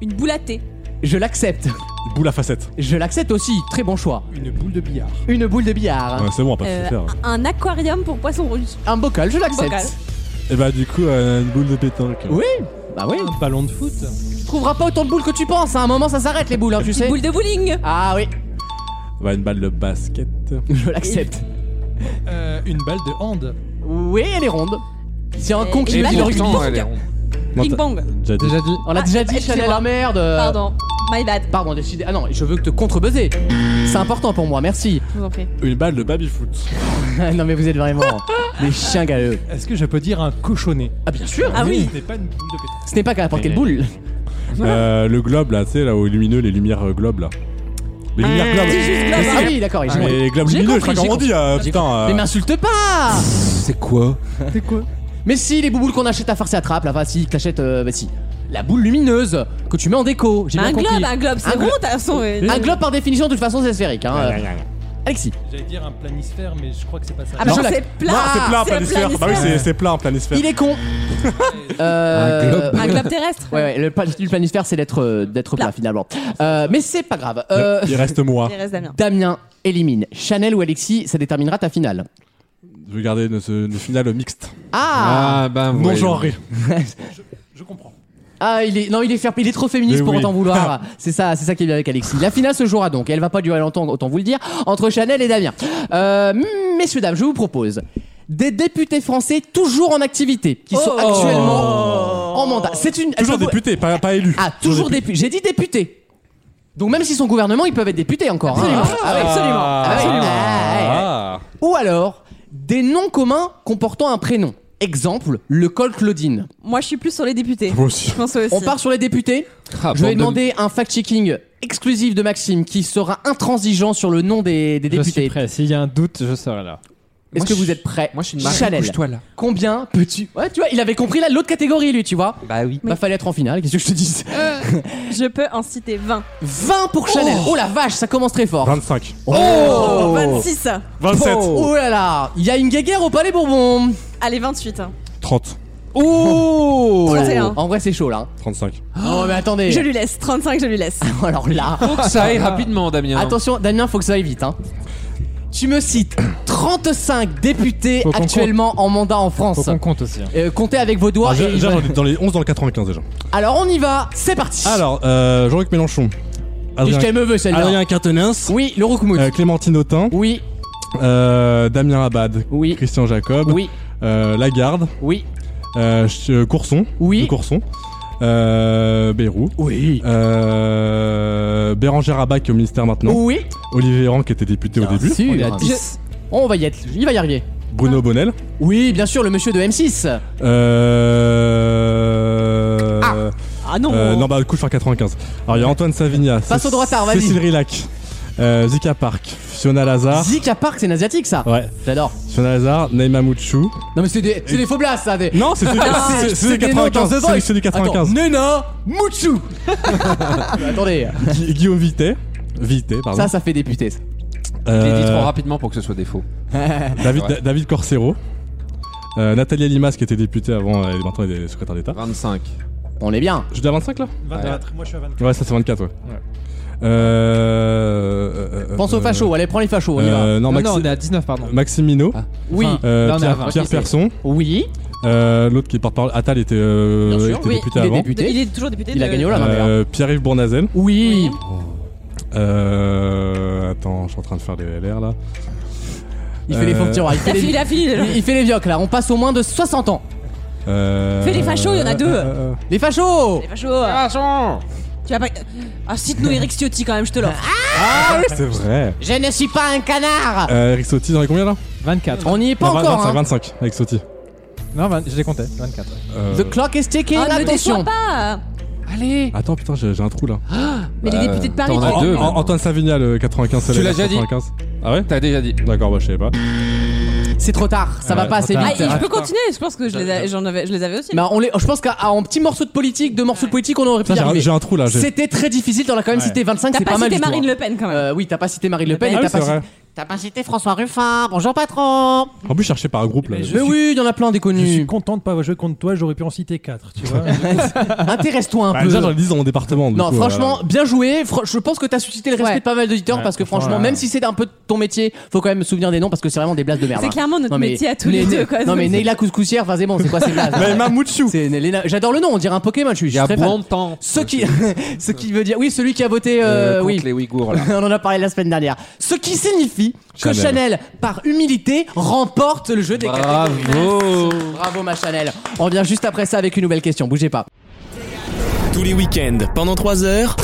Une boule à thé.
Je l'accepte.
Boule à facettes.
Je l'accepte aussi. Très bon choix.
Une boule de billard.
Une boule de billard.
Ouais, c'est bon, on va pas
Euh,
se faire.
hein.
Un aquarium pour poissons rouges.
Un bocal. Je
Bocal.
l'accepte.
Et bah, du coup, euh, une boule de pétanque.
Oui. Bah oui.
Un ballon de foot.
Tu trouveras pas autant de boules que tu penses. À un moment, ça s'arrête les boules, hein, tu sais.
Boule de bowling.
Ah oui.
Bah, une balle de basket.
Je l'accepte.
Euh, une balle de hand.
Oui, elle est ronde. C'est un
Et-
con qui
et
me dit le
bah,
rugby.
Pourtant, elle est ronde.
Non,
Ping
t'as-
Euh,
pong.
Déjà dit.
Déjà dit.
On l'a
Ah,
déjà dit, Chanel.
excusez-moi.
Ah merde.
Pardon. My bad.
Pardon, décidé. Ah non, je veux te contre-buzzer. C'est important pour moi, merci.
Je vous en prie.
Une balle de baby-foot.
non, mais vous êtes vraiment des chiens galeux.
Est-ce que je peux dire un cochonnet
Ah, bien sûr.
Ah oui.
Ce n'est pas une boule de pétanque.
Ce n'est pas qu'à la portée de boule.
Euh, le globe là, tu sais, là où est lumineux, les lumières euh, globes là. Les lumières globes.
C'est juste globe.
Ah oui, d'accord. ils
Mais
sont-
les globes
Euh, J'ai
lumineux,
compris,
je crois
j'ai
qu'on dit, euh,
J'ai
putain.
Mais
euh,
m'insulte pas
C'est quoi
C'est quoi
Mais si, les bouboules qu'on achète à farce et attrape, là, bah si, que t'achètes, euh, bah si. La boule lumineuse que tu mets en déco, j'ai bien
Bah, Un
compris.
globe, un globe,
Un
c'est
glo-
rond, de toute façon. euh,
Un globe, par définition, de toute façon, c'est sphérique. Hein. euh. Alexis,
J'allais dire un planisphère, mais je crois que c'est pas ça.
Ah bah
Non,
non,
je
c'est plat.
Ah, c'est plein,
C'est
planisphère. Bah oui, c'est- c'est plein, planisphère.
il est con Euh,
Un globe.
Un globe terrestre.
Ouais, ouais, le, pla- le planisphère, c'est d'être euh, d'être plat,
Plat.
finalement. Euh, mais c'est pas grave. Euh,
Il reste moi.
Il reste Damien.
Damien élimine Chanel ou Alexis, ça déterminera ta finale.
Je vais garder une, ce- une finale mixte.
Ah,
bah
non genré.
Je comprends.
ah il est non il est fair- il est trop féministe
Mais
pour
oui.
autant vouloir. Ah, c'est ça c'est ça qui est bien avec Alexis. La finale se jouera donc, et elle va pas durer longtemps autant vous le dire entre Chanel et Damien. Euh, messieurs dames, je vous propose des députés français toujours en activité qui sont actuellement en mandat. C'est une
Toujours
elles sont-
député, pas, pas élu.
Ah toujours député. J'ai dit député. Donc même s'ils sont gouvernement, ils peuvent être députés encore. hein.
Absolument.
Ah ouais.
Absolument.
Ah ouais.
Absolument.
Ah ouais.
Ah.
Ou alors, des noms communs comportant un prénom. Exemple, le col Claudine.
Moi, je suis plus sur les
Ah
députés.
Moi aussi.
Je pense aussi.
On part sur les députés.
Ah,
Je vais
bande de-
demander un fact-checking exclusif de Maxime qui sera intransigeant sur le nom des, des
Je suis
députés.
prêt. S'il y a un doute, je serai là.
Est-ce
Moi,
que
je-
vous êtes prêts
Moi, je suis une
Chanel.
marine. Bouge-toi là.
Combien peux-tu Ouais, tu vois, il avait compris là l'autre catégorie lui, tu vois.
Bah oui.
Bah fallait être en finale, qu'est-ce que je te dis
Euh, je peux en citer 20.
20 pour Chanel. Oh la vache, ça commence très fort.
25.
Oh,
Oh
26.
27.
Oh là là, il y a une guéguerre au Palais Bourbon.
Allez, 28. hein.
30.
Oh
31.
En vrai, c'est chaud là.
35.
Oh mais attendez.
Je lui laisse. 35, je lui laisse.
Alors là,
Ça aille
Ah.
rapidement, Damien.
Attention, Damien, faut que ça aille vite. Hein. Tu me cites 35 députés
Faut qu'on
actuellement en mandat en
Faut
France.
qu'on compte aussi. hein.
Euh, comptez avec vos doigts.
Ah,
et
déjà,
il
déjà,
va-
j'en ai dans les 11 dans le 95 déjà.
Alors on y va, c'est parti.
Alors, euh, Jean-Luc Mélenchon.
Et je
Adrien,
t'aime me veut celle-là.
Adrien Quatennens.
Oui, le Roukmout.
euh, Clémentine Autain.
Oui,
euh, Damien Abad.
oui,
Christian Jacob.
oui,
euh, Lagarde.
oui,
euh, Ch- euh, Courson.
Oui.
Le Courson. Euh, Bayrou.
oui,
Euh, Bérangère Abba qui est au ministère maintenant.
oui.
Olivier Véran qui était député au
Bien
début.
sûr.
On est à
Je-
10.
On va y être, il va y arriver.
Bruno Bonnel.
Oui, bien sûr, le monsieur de M6.
Euh...
Ah non.
euh, non, bah, du coup, je fais 95. Alors, il y a Antoine Savigna.
Passe au droit, tard, vas-y.
Cécile Rilac. Euh, Zika Park. Fiona Lazare.
Zika Park, c'est une asiatique ça.
Ouais.
J'adore.
Fiona Lazare. Naïma Mouchou.
Non mais c'est des, c'est des faux blasts ça. Des...
Non, c'est celui Ah, c'est- c'est celui
des
du
noms dans
95.
The
C'est
Voice.
celui du
Attends,
95.
Nena Mutsu. Attendez,
Gui- Guillaume Vité. Vité, pardon.
ça, ça fait député. ça.
Je l'ai
Euh,
dit trop rapidement pour que ce soit des faux.
David,
Ouais.
David Corsero. Euh, Nathalie Limas qui était députée avant, euh, elle est maintenant elle est secrétaire d'État.
25.
On est bien.
Je suis à 25 là
24. Moi, je suis à 24.
Ouais, ça c'est 24, ouais. Euh, euh,
Pense
euh,
aux fachos, allez, prends les fachos, on y va.
euh, non,
Non,
Maxi-
non, on est à 19,
Euh,
pardon.
Maximino.
Oui,
enfin,
euh,
là, on est à
Pierre,
20.
Pierre
Ok,
Persson.
oui,
euh, L'autre qui est porte-parole. Attal était, euh,
Bien sûr,
était
oui,
député
il est
avant.
député.
Il est toujours député
Il
de...
a
Oh
gagné au lama d'ailleurs.
Euh, Pierre-Yves Bournazel.
Oui,
Euh, attends, je suis en train de faire des LR là.
il fait les faux
Euh,
tiroirs, il
Il
fait
a fini, il
les.
a fini.
Il il fait les vioques là, on passe au moins de 60 ans.
Euh,
Fais les fachos, il y en a deux.
euh, euh,
Les fachos
Les fachos.
hein.
Ah.
Tu vas pas. Ah, cite-nous Eric Ciotti quand même, je te l'offre.
euh, c'est vrai.
Je ne suis pas un canard
Euh, Eric Sotti, j'en ai combien là
24.
On n'y est pas
Non,
encore. hein.
25, 25, Eric Sotti.
Non, 20, je les comptais. 24.
Euh,
The clock is ticking,
Ah, ne me déçois
attention
pas.
Allez
Attends, putain, j'ai j'ai un trou là.
Mais les députés de Paris,
T'en
Ah,
as
An-
deux.
An-
maintenant.
Antoine euh, Savigna, le 95, c'est
Tu
la-
l'as déjà dit
95. Ah ouais
T'as déjà dit.
D'accord, bah je savais pas.
C'est trop tard, ça va
Ouais,
pas
trop
assez
tard.
Ah,
vite.
et je peux continuer, je pense que je les, a- j'en avais, je les avais aussi.
Bah, on les- je pense qu'à à- en petit morceau de politique, de morceau de politique, on aurait pu
Putain,
y
j'ai un-
arriver.
j'ai un trou là. j'ai-
C'était très difficile, t'en as quand même cité 25,
T'as
c'est
pas,
pas mal
cité
du tout,
Marine
hein.
Le Pen quand même.
Euh, oui, t'as pas cité Marine Le Pen
Ah
et
oui,
t'as
c'est
pas,
vrai.
cité- T'as pas cité François Ruffin, bonjour patron
En plus, cherché par un groupe là.
Mais je-
Mais oui, il y en a plein des
Je suis
connus.
content de pas avoir joué contre toi, j'aurais pu en citer 4, tu vois.
Intéresse-toi un
Bah,
peu.
déjà, j'en ai 10 dans mon département. du
Non,
coup,
franchement,
voilà.
bien joué. Fr- je pense que t'as suscité le respect
Ouais.
de pas mal d'auditeurs
Ouais,
parce que franchement,
franchement, ouais.
même si c'est un peu ton métier, faut quand même me souvenir des noms parce que c'est vraiment des blagues de merde.
C'est
hein.
clairement notre
Non, mais-
métier à tous
mais-
les deux. Quoi,
Non mais
Donc,
Neila Couscoussière, enfin c'est bon, c'est quoi ces blagues
Mais Mamouchou
C'est Neila- J'adore le nom, on dirait un Pokémon, je suis
Il y a
très fan.
longtemps.
Ce qui, ce qui veut dire, oui, celui qui a voté, euh,
euh, contre
oui.
les Ouïghours, là.
On en a parlé la semaine dernière. Ce qui signifie que
Chanel.
Chanel, par humilité, remporte le jeu des catégories.
Bravo
Bravo ma Chanel. On revient juste après ça avec une nouvelle question. Bougez pas.
Tous les week-ends, pendant 3 heures.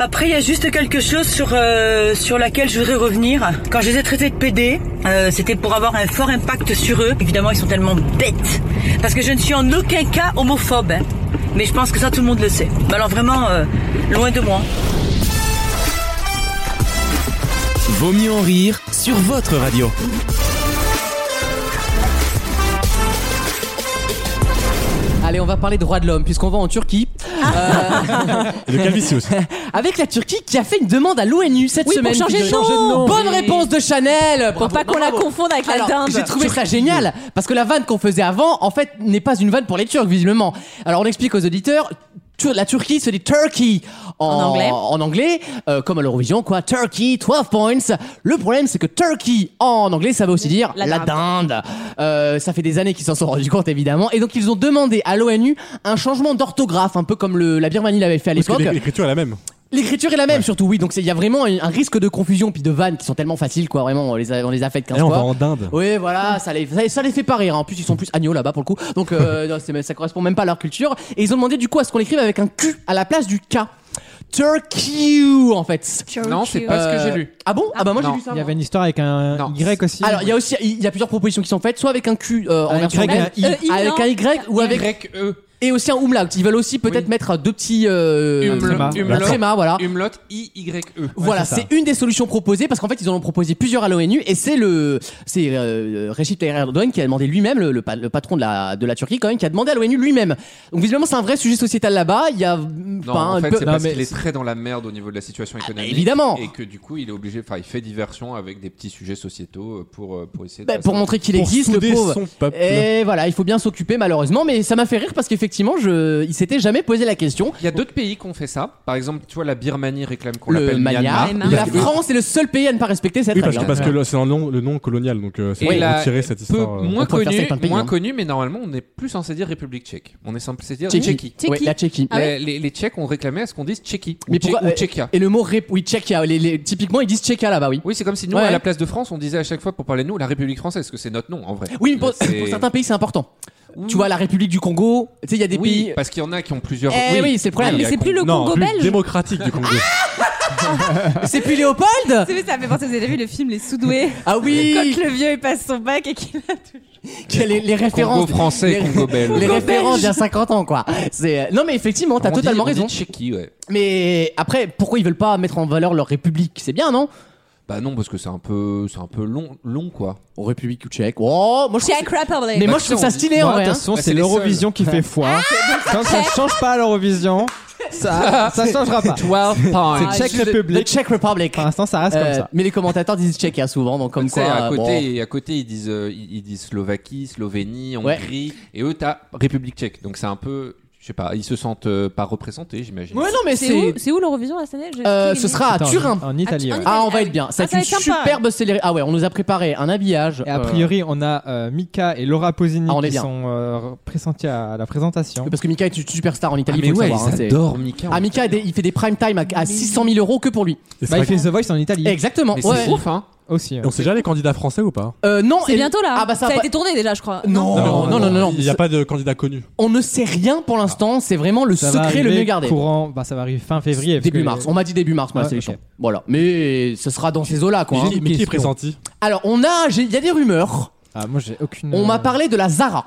Après, il y a juste quelque chose sur euh, sur laquelle je voudrais revenir. Quand je les ai traités de PD, euh, c'était pour avoir un fort impact sur eux. Évidemment, ils sont tellement bêtes. Parce que je ne suis en aucun cas homophobe. hein. Mais je pense que ça, tout le monde le sait. Mais alors vraiment, euh, loin de moi.
Vaut mieux en rire sur votre radio.
Allez, on va parler droits de l'homme puisqu'on va en Turquie.
Et de Calvicius.
Avec la Turquie qui a fait une demande à l'ONU cette
Oui, pour
semaine.
changer de
figurez-vous.
nom.
Bonne
Oui.
réponse de Chanel.
Pour pas qu'on la confonde avec la
Alors,
dinde.
J'ai trouvé ça génial parce que la vanne qu'on faisait avant, en fait, n'est pas une vanne pour les Turcs visiblement. Alors on explique aux auditeurs. tu- La Turquie se dit Turkey en,
En anglais.
en anglais, euh, comme à l'Eurovision, quoi. Turkey, 12 points. Le problème, c'est que Turkey en anglais, ça veut aussi dire la,
La
dinde. Euh, ça fait des années qu'ils s'en sont rendus compte, évidemment. Et donc, ils ont demandé à l'ONU un changement d'orthographe, un peu comme le- la Birmanie l'avait fait à
Parce
l'époque.
que l'écriture est la même.
L'écriture est la même surtout, oui. Donc c'est- il y a vraiment un un risque de confusion puis de vannes qui sont tellement faciles quoi. Vraiment, on les a, on les a faites 15
Et on va
fois.
en Inde.
Oui, voilà, ça les, ça, les- ça les fait pas rire. hein. En plus, ils sont plus agneaux là-bas pour le coup. Donc euh, non, c'est- ça correspond même pas à leur culture. Et ils ont demandé du coup à ce qu'on l'écrive avec un Q à la place du K. Turkey en fait.
Non, c'est pas ce que j'ai lu.
Ah bon Ah bah moi j'ai
Non.
lu ça.
Il y
moi.
avait une histoire avec un
Non.
Y aussi.
Alors il y a aussi il y a plusieurs propositions qui sont faites, soit avec un Q euh, en
Un
version
Y,
anglaise,
un
I. Euh, I,
avec
non.
un Y ou avec
Grec E.
et aussi un umlaut. Ils veulent aussi peut-être
Oui.
mettre deux petits euh,
Humle-
tréma.
un
Humlot.
tréma, voilà.
Humlot. I Y E.
Voilà,
c'est ça.
c'est une des solutions proposées parce qu'en fait ils en ont proposé plusieurs à l'ONU et c'est le c'est euh, Recep Tayyip Erdogan qui a demandé lui-même le, le pa- le patron de la de la Turquie quand même qui a demandé à l'ONU lui-même. Donc visiblement c'est un vrai sujet sociétal là-bas. Il y a mm,
Non,
pas
en
un
fait,
peu-
c'est
Non,
parce
mais
qu'il est
c'est-
très dans la merde au niveau de la situation économique.
Ah, évidemment.
Et que du coup, il est obligé, enfin, il fait diversion avec des petits sujets sociétaux euh, pour, euh, pour essayer de.
Bah, pour montrer qu'il
Pour
existe le
souder
pauvre.
son peuple.
Et voilà, il faut bien s'occuper malheureusement, mais ça m'a fait rire parce qu'effectivement, je, il s'était jamais posé la question.
Il y a d'autres pays qui ont fait ça. Par exemple, tu vois, la Birmanie réclame qu'on
Le
l'appelle
Myanmar,
Myanmar.
Myanmar.
la France est le seul pays à ne pas respecter cette
Oui, parce
règle.
que,
hein.
parce que le- c'est dans le nom, le nom colonial, donc euh, c'est
Et
pour
la-
retirer cette
Peu,
histoire. euh,
moins
On pourrait faire ça
connu,
avec plein de pays,
moins
hein.
connu, mais normalement, on est plus censé dire République tchèque. On est censé dire
Tchéquie.
Tchéquie.
Ouais, la Tchéquie.
Ah
Les, les- les Tchèques ont réclamé à ce qu'on dise Tchéquie. Ou
Mais
Tchè-
pourquoi-
ou
euh,
Tchéquia.
Et le mot rép- oui, Tchéquia, les- les- typiquement ils disent Tchéquia là-bas, oui.
Oui, c'est comme si nous,
Ouais.
à la place de France, on disait à chaque fois pour parler de nous la République française, parce que c'est notre nom en vrai.
Oui, mais pour,
Euh, C'est-
pour certains pays, c'est important.
Oui.
Tu vois, la République du Congo, tu sais, il y a des
Oui,
pays. euh,
parce qu'il y en a qui ont plusieurs.
Eh oui, c'est le problème.
il y
Mais
a
c'est plus le
non,
Congo
plus
belge.
démocratique du Congo.
C'est plus Léopold
C'est ça me fait penser, vous avez vu le film Les Soudoués
Ah oui
Quand le vieux il passe son bac et qu'il a tout.
quel- les, les
Congo
références.
français,
les-
Congo belge.
Les références d'il y a 50 ans, quoi. C'est... euh, Non, mais effectivement, t'as
On dit-
totalement
on dit
raison.
Tchéquie, ouais.
Mais après, pourquoi ils veulent pas mettre en valeur leur République C'est bien, non
Bah non, parce que c'est un peu, c'est un peu long, long quoi.
République tchèque. Oh, moi je trouve
Check Republic.
Mais
Bah,
moi je
tu sais,
trouve ça
on dit-
stylé
Bon,
en
de
vrai.
toute
hein.
façon,
Bah,
c'est
c'est les
l'Eurovision qui fait foi. Quand ça change pas à l'Eurovision,
Ah,
hein.
ça, ça changera pas.
12 points.
C'est Czech
Le
Republic.
Czech Republic.
Pour l'instant, ça reste
Euh,
comme ça.
mais les commentateurs disent Tchéquia souvent, donc comme
Comme
quoi.
à
euh,
côté,
bon.
et à côté, ils disent, euh, ils ils disent Slovaquie, Slovénie,
Ouais.
Hongrie, et eux t'as République Tchèque. Donc c'est un peu, je sais pas, ils se sentent euh, pas représentés, j'imagine.
Ouais, non, mais
C'est
c'est.
où, c'est où l'Eurovision la cette année J'ai-
Euh,
j'ai-
ce sera à
Attends,
Turin.
En Italie.
Ah,
ouais.
tu-
Ah, on va être bien. Ça
Ah,
va être
ça
une
va être sympa.
superbe célébration. Ah ouais, on nous a préparé un habillage.
Et a
euh,
priori, on a euh, Mika et Laura Pausini
Ah, on est
qui
bien.
sont euh, pressentis à la présentation.
Parce que Mika est une superstar en Italie,
Ah, mais
faut le
ouais,
savoir, hein,
ils
c'est-
adorent Mika.
Ah, Mika, a des- il fait des prime time à, à 600 000 euros que pour lui.
Et c'est
Bah,
vrai
il fait The Voice en Italie
Exactement.
Mais
ouais.
c'est ouf, hein.
aussi.
que- On sait déjà les candidats français ou pas
Euh, non,
C'est
et-
bientôt là.
Ah bah ça,
a
a pas-
été tourné déjà, je crois.
Non, Oh, non, non, non, non,
Il n'y a pas de candidat connu.
On ne sait rien pour l'instant. C'est vraiment le
Ça va
secret le
arriver
mieux gardé.
Courant, bah, ça va arriver fin février. parce
Début
que-
mars. On m'a dit début mars, moi, la
Ah,
sélection.
ok.
Voilà. Mais ce sera dans ces eaux-là, quoi. hein.
Mais qui- mais qui est pressenti
Alors, on a, j'ai- il y a des rumeurs.
Hmm.
Ah, moi, j'ai aucune.
On m'a parlé de la Zara.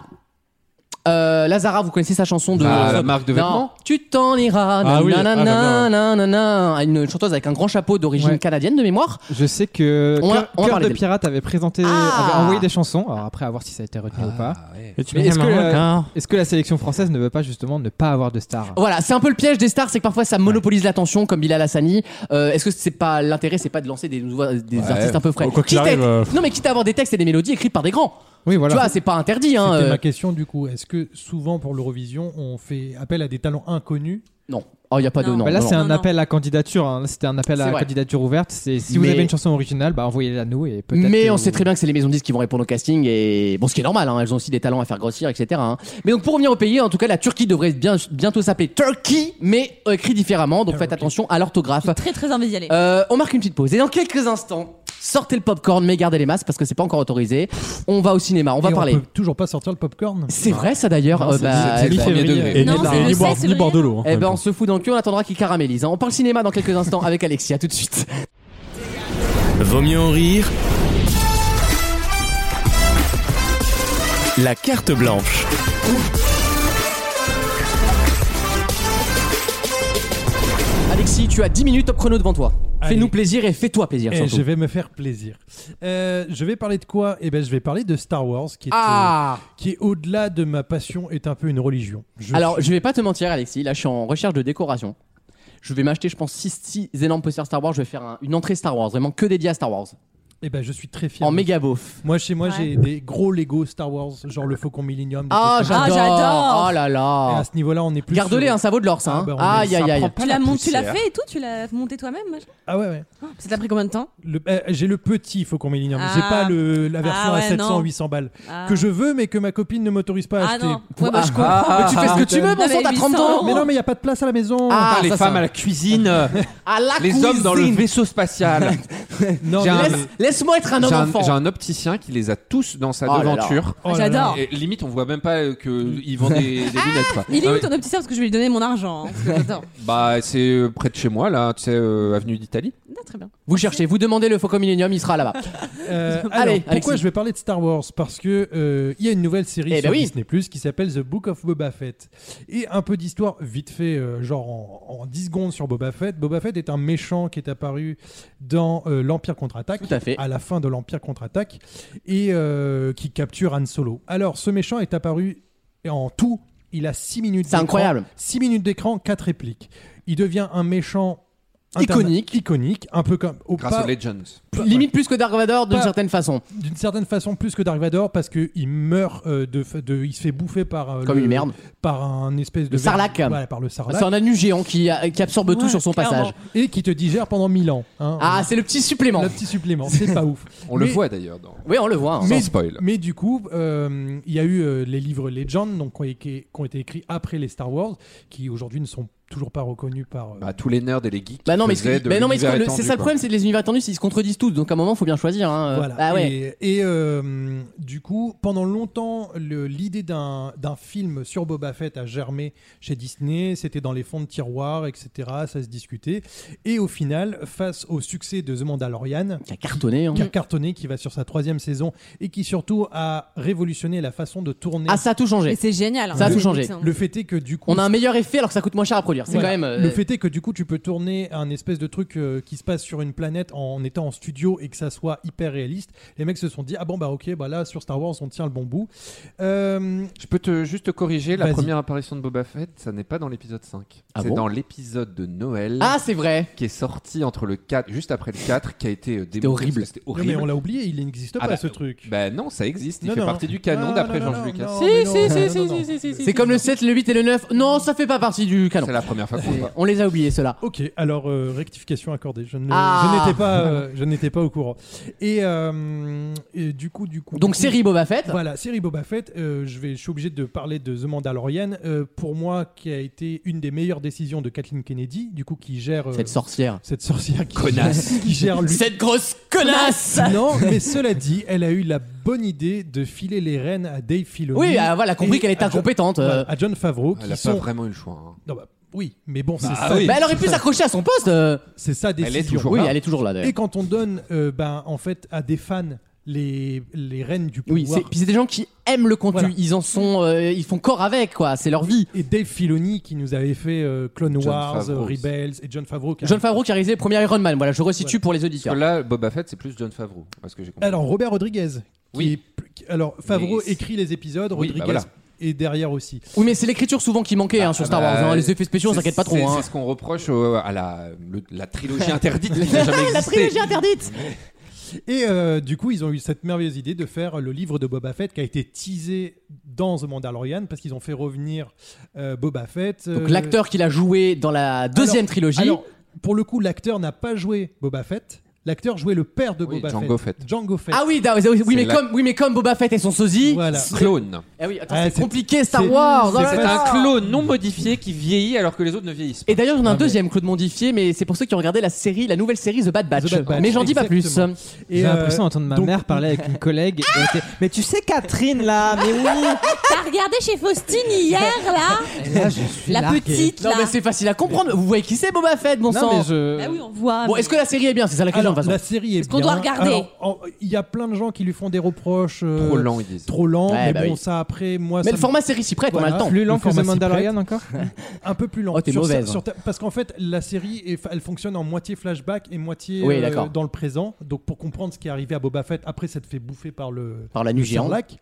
Euh, Lazara, vous connaissez sa chanson de.
Ah, la marque de
Non.
vêtements
Tu t'en iras.
Ah oui,
nanana,
ah, j'adore.
nanana. Une chanteuse avec un grand chapeau d'origine
Ouais.
canadienne de mémoire.
Je sais que
On va-
Cœur-
on va
Cœur
parler
de
d'elle.
Pirate avait présenté,
Ah.
avait envoyé des chansons. Alors après, à voir si ça a été retenu ou pas.
Et tu
Mais
mets
est-ce
un
que,
marin,
hein.
euh,
car-
Est-ce que la sélection française ne veut pas justement ne pas avoir de stars
Voilà, c'est un peu le piège des stars, c'est que parfois ça monopolise l'attention, comme Bilal Hassani. Euh, Est-ce que c'est pas l'intérêt, c'est pas de lancer des, nouveaux- euh, des
Ouais.
artistes un peu frais
Quoi
Quitte
qu'il
à
arrive,
être-
euh,
Non, mais quitte à avoir des textes et des mélodies écrites par des grands.
Oui, voilà.
Tu vois, c'est pas interdit. Hein,
C'était
euh,
ma question du coup. Est-ce que souvent pour l'Eurovision, on fait appel à des talents inconnus
Non, oh, il y a pas de
Non.
nom.
Bah là,
non,
c'est
non.
un
non, non.
appel à candidature. hein. Là, C'était un appel
C'est
à
vrai.
candidature ouverte. C'est si
Mais-
vous avez une chanson originale, bah envoyez-la nous et peut-être.
Mais
que
on
vous-
sait très bien que c'est les maisons de disques qui vont répondre au casting et bon, ce qui est normal, hein, elles ont aussi des talents à faire grossir, etc. hein. Mais donc pour revenir au pays, en tout cas, la Turquie devrait bien, bientôt s'appeler Turkey, mais écrit différemment. Donc faites attention à l'orthographe.
Très très envie d'y aller.
Euh, on marque une petite pause et dans quelques instants, sortez le popcorn, mais gardez les masques parce que c'est pas encore autorisé. On va au cinéma, on va
Et
parler.
peut toujours pas sortir le popcorn.
C'est vrai ça d'ailleurs. euh, bah,
C'est le
bah,
premier
février.
degré.
Et
Non,
ni-
c'est
et
le
ni
sept
bord- ni
février.
bord de l'eau. hein, en
eh
même
ben on
temps.
se fout dans le cul, on attendra qu'il caramélise. hein. On parle cinéma dans quelques instants avec Alexis. À tout de suite.
Vaut mieux en rire. La carte blanche.
Alexis, tu as 10 minutes top chrono devant toi.
Allez.
Fais-nous plaisir et fais-toi plaisir
Eh, je
surtout.
vais me faire plaisir. Euh, je vais parler de quoi Eh ben, je vais parler de Star Wars, qui est,
Ah
euh, qui est au-delà de ma passion, est un peu une religion. Je
Alors, je vais pas te mentir, Alexis. Là, je suis en recherche de décoration. Je vais m'acheter, je pense, 6 énormes posters Star Wars. Je vais faire un- une entrée Star Wars, vraiment que dédiée à Star Wars.
Eh ben, je suis très fier.
En
de-
méga beauf.
Moi, chez moi,
Ouais.
j'ai des gros Lego Star Wars, genre le Faucon Millenium. des
Ah,
trucs comme ça.
j'adore
j'adore.
Oh là
Et
là
à ce niveau-là, on est plus.
Garde-les,
sur-
hein, ça vaut de l'or, ça.
Ah,
hein.
bah, on est-
aïe, aïe, aïe.
tu l'as mon- tu l'as
poussière.
fait et tout, tu l'as monté toi-même. machin
Ah ouais, ouais.
Ça t'a pris combien de temps
Le- euh, j'ai le petit Faucon Millenium.
Ah.
J'ai pas le, la version
Ah
à
ouais,
700,
non.
800 balles.
Ah.
Que je veux, mais que ma copine ne m'autorise pas à
Ah
acheter.
non, ouais, bah, je comprends.
Mais tu fais ce que tu veux, bon
Non,
sang,
mais
t'as 30
800
ans
euros.
Mais non, mais il n'y a pas de place à la maison.
Ah,
les
ça, ça.
femmes à la cuisine, euh,
À la
les hommes dans le
cuisine.
vaisseau spatial.
Non, mais-
J'ai un-
Laisse- Laisse-moi être un
J'ai
homme
un,
enfant.
j'ai un opticien qui les a tous dans sa
Oh là Ah. là.
devanture.
Oh là là.
J'adore.
Et limite, on voit même pas qu'ils vendent des, des lunettes. Quoi.
Il est
Ah
où
oui.
ton petit cerf parce que je vais lui donner mon argent. hein, parce que j'adore.
Bah, c'est euh, près de chez moi, là, tu sais, euh, avenue d'Italie.
Non, très bien.
Vous cherchez, vous demandez le Faucon Millenium, il sera là-bas.
Euh, alors,
Allez,
pourquoi
Alexis.
je vais parler de Star Wars Parce que euh, il y a une nouvelle série
Eh
sur
ben oui.
Disney Plus qui s'appelle The Book of Boba Fett et un peu d'histoire vite fait, euh, genre en, en 10 secondes sur Boba Fett. Boba Fett est un méchant qui est apparu dans euh, l'Empire contre-attaque,
Tout à fait.
la fin de l'Empire contre-attaque et euh, qui capture Han Solo. Alors, ce méchant est apparu et en tout. Il a 6 minutes
C'est incroyable.
6 minutes d'écran, 4 répliques. Il devient un méchant interna-
Iconique.
iconique, un peu comme au
Grâce
pas-
aux Legends.
Limite plus que Dark Vador d'une
Pas-
certaine façon.
d'une certaine façon plus que Dark Vador parce que il meurt euh, de, fa- de il se fait bouffer par euh,
Comme
le-
une merde.
par un espèce de
Le
verre-
sarlac.
voilà, par le sarlac
C'est un anus géant qui, qui absorbe tout
Ouais,
sur son
clairement.
passage.
et qui te digère pendant 1000 ans hein.
Ah, c'est le petit supplément.
le petit supplément c'est pas ouf
On le
Mais-
voit d'ailleurs dans.
Oui, on le voit. hein.
Sans
mais,
spoil.
mais du coup, euh, il y a eu euh, les livres Legend donc, qui, ont été- qui ont été écrits après les Star Wars, qui aujourd'hui ne sont toujours pas reconnus par. euh,
Bah, tous les nerds et les geeks.
Bah non, mais,
faisaient
ils se-
de
bah non, mais ils se-
l'univers
le-
étendu,
c'est ça le
quoi.
problème, c'est que les univers tendus, ils se contredisent tous. Donc à un moment, faut bien choisir. Hein.
Voilà.
Ah ouais.
Et, et, euh, du coup, pendant longtemps, le- l'idée d'un d'un film sur Boba Fett a germé chez Disney. C'était dans les fonds de tiroir, etc. Ça se discutait. Et au final, face au succès de The Mandalorian,
Qui a cartonné. hein.
qui a cartonné, qui va sur sa troisième saison et qui surtout a révolutionné la façon de tourner.
Ah, ça a tout
Mais
changé.
c'est génial. hein,
Ça a tout
c'est
changé.
excellent.
le fait est que du coup,
On a un meilleur effet alors que ça coûte moins cher à produire. C'est
Voilà.
quand même. euh,
Le fait est que du coup, tu peux tourner un espèce de truc euh, qui se passe sur une planète en étant en studio et que ça soit hyper réaliste. Les mecs se sont dit ah bon bah ok bah là sur Star Wars on tient le bon bout. Euh,
Je peux te juste te corriger, la
Vas-y.
première apparition de Boba Fett, ça n'est pas dans l'épisode 5.
Ah
c'est
bon
dans l'épisode de Noël
Ah, c'est vrai.
qui est sorti entre le 4, juste après le 4, qui a été euh, démoli parce
horrible.
que C'était
non, mais on
horrible.
l'a oublié, il n'existe
Ah
pas
bah,
ce truc.
Bah non, ça existe, il
Non,
fait
non.
partie du canon
Non,
d'après hein.
non,
Georges
non,
Lucas.
non,
Si, si,
mais non,
si,
non,
si,
non, non.
C'est comme le 7, le 8 et le 9. Non, ça fait pas partie du canon.
C'est la première fois qu'on le voit.
On les a oubliés, ceux-là.
Ok, alors euh, rectification accordée. Je ne-
Ah.
je n'étais pas, euh, je n'étais pas au courant. Et, euh, et du coup, du coup.
Donc,
du coup,
série Boba Fett.
Voilà, série Boba Fett, euh, je, vais, je suis obligé de parler de The Mandalorian, euh, pour moi qui a été une des meilleures décisions de Kathleen Kennedy, du coup qui gère... euh,
Cette sorcière.
cette sorcière qui
Connasse.
qui gère lui.
Cette grosse connasse
Non, mais cela dit, elle a eu la bonne idée de filer les rênes à Dave Filoni.
Oui, ah, voilà, elle a compris
et
qu'elle était
à John-
incompétente. euh.
voilà, à John Favreau,
Elle
qui
n'a
sont...
pas vraiment eu le choix. hein.
Non, bah, oui, mais bon, c'est
Ah
ça,
oui.
Bah, elle aurait pu s'accrocher à son poste. euh.
c'est ça
est
décision.
toujours
Oui,
là.
elle est toujours là d'ailleurs.
Et quand on donne, euh, ben, en fait, à des fans les, les reines du pouvoir.
Oui, c'est- puis c'est des gens qui aiment le contenu.
Voilà.
Ils en sont, euh, ils font corps avec, quoi. C'est leur vie.
Et Dave Filoni qui nous avait fait euh, Clone
John
Wars, euh,
Favreau.
Rebels et John Favreau. qui a-
John Favreau qui a réalisé le premier Iron Man. Voilà, je resitue
Ouais.
pour les
Parce
auditeurs.
que là, Boba Fett, c'est plus John Favreau. Parce que j'ai compris.
Alors Robert Rodriguez. qui
Oui.
est plus- qui- alors Favreau
Mais c'est-
écrit les épisodes,
Oui,
Rodriguez
bah voilà.
est derrière aussi.
Oui, mais c'est l'écriture souvent qui manquait hein, sur Star Wars. hein.
bah,
Les effets spéciaux, on
C'est-
s'inquiète pas
c'est-
trop. hein.
C'est ce qu'on reproche euh, à la, le- la trilogie interdite qui n'a jamais
La
existé.
trilogie interdite
Et euh, du coup, ils ont eu cette merveilleuse idée de faire le livre de Boba Fett qui a été teasé dans The Mandalorian parce qu'ils ont fait revenir euh, Boba Fett.
Donc
euh,
l'acteur qu'il a joué dans la deuxième trilogie.
Alors, pour le coup, l'acteur n'a pas joué Boba Fett. L'acteur jouait le père de
Oui,
Boba
Django
Fett.
Fett.
Django Fett.
ah oui, da- oui, oui, mais
la-
comme, oui, mais comme Boba Fett et son sosie.
Voilà.
Clone.
Ah oui, attends,
Ah,
c'est
c'est-
compliqué Star
c'est-
Wars. oh là
C'est
là.
un clone non modifié qui vieillit alors que les autres ne vieillissent pas.
Et d'ailleurs, on a
Ah,
un
mais-
deuxième Claude modifié, mais c'est pour ceux qui ont regardé la série, la nouvelle série The Bad Batch.
The Bad Batch,
Mais j'en dis pas plus.
exactement.
J'ai
euh,
l'impression d'entendre ma
donc-
mère parler avec une collègue. et elle était, mais tu sais Catherine là, mais oui.
T'as regardé chez Faustine hier, là
Et là, je suis
La
largué.
petite,
Non,
là.
mais c'est facile à comprendre. Vous voyez qui c'est Boba Fett, bon
Non,
sang.
mais je.
Ah oui, on voit.
Bon,
mais-
est-ce que la série est bien C'est ça la question,
Alors,
de toute façon.
la série est
Est-ce qu'on doit
bien.
regarder
Alors, en- Il y a plein de gens qui lui font des reproches. euh,
Trop lent, ils disent.
Trop lent,
Ouais,
mais
bah
bon,
oui.
ça après, moi,
Mais
ça
le
me-
format série s'y prête, on a
Voilà.
le temps.
Plus lent
Le
que The
format s'y
Mandalorian encore
un peu plus lent.
Oh, t'es
Sur
mauvaise.
sa- sur ta- parce qu'en fait, la série, est- elle fonctionne en moitié flashback et moitié
Oui,
euh,
d'accord.
dans le présent. Donc, pour comprendre ce qui est arrivé à Boba Fett, après, ça te fait bouffer par le,
Par la
le
nuit géante.
Sarlacc.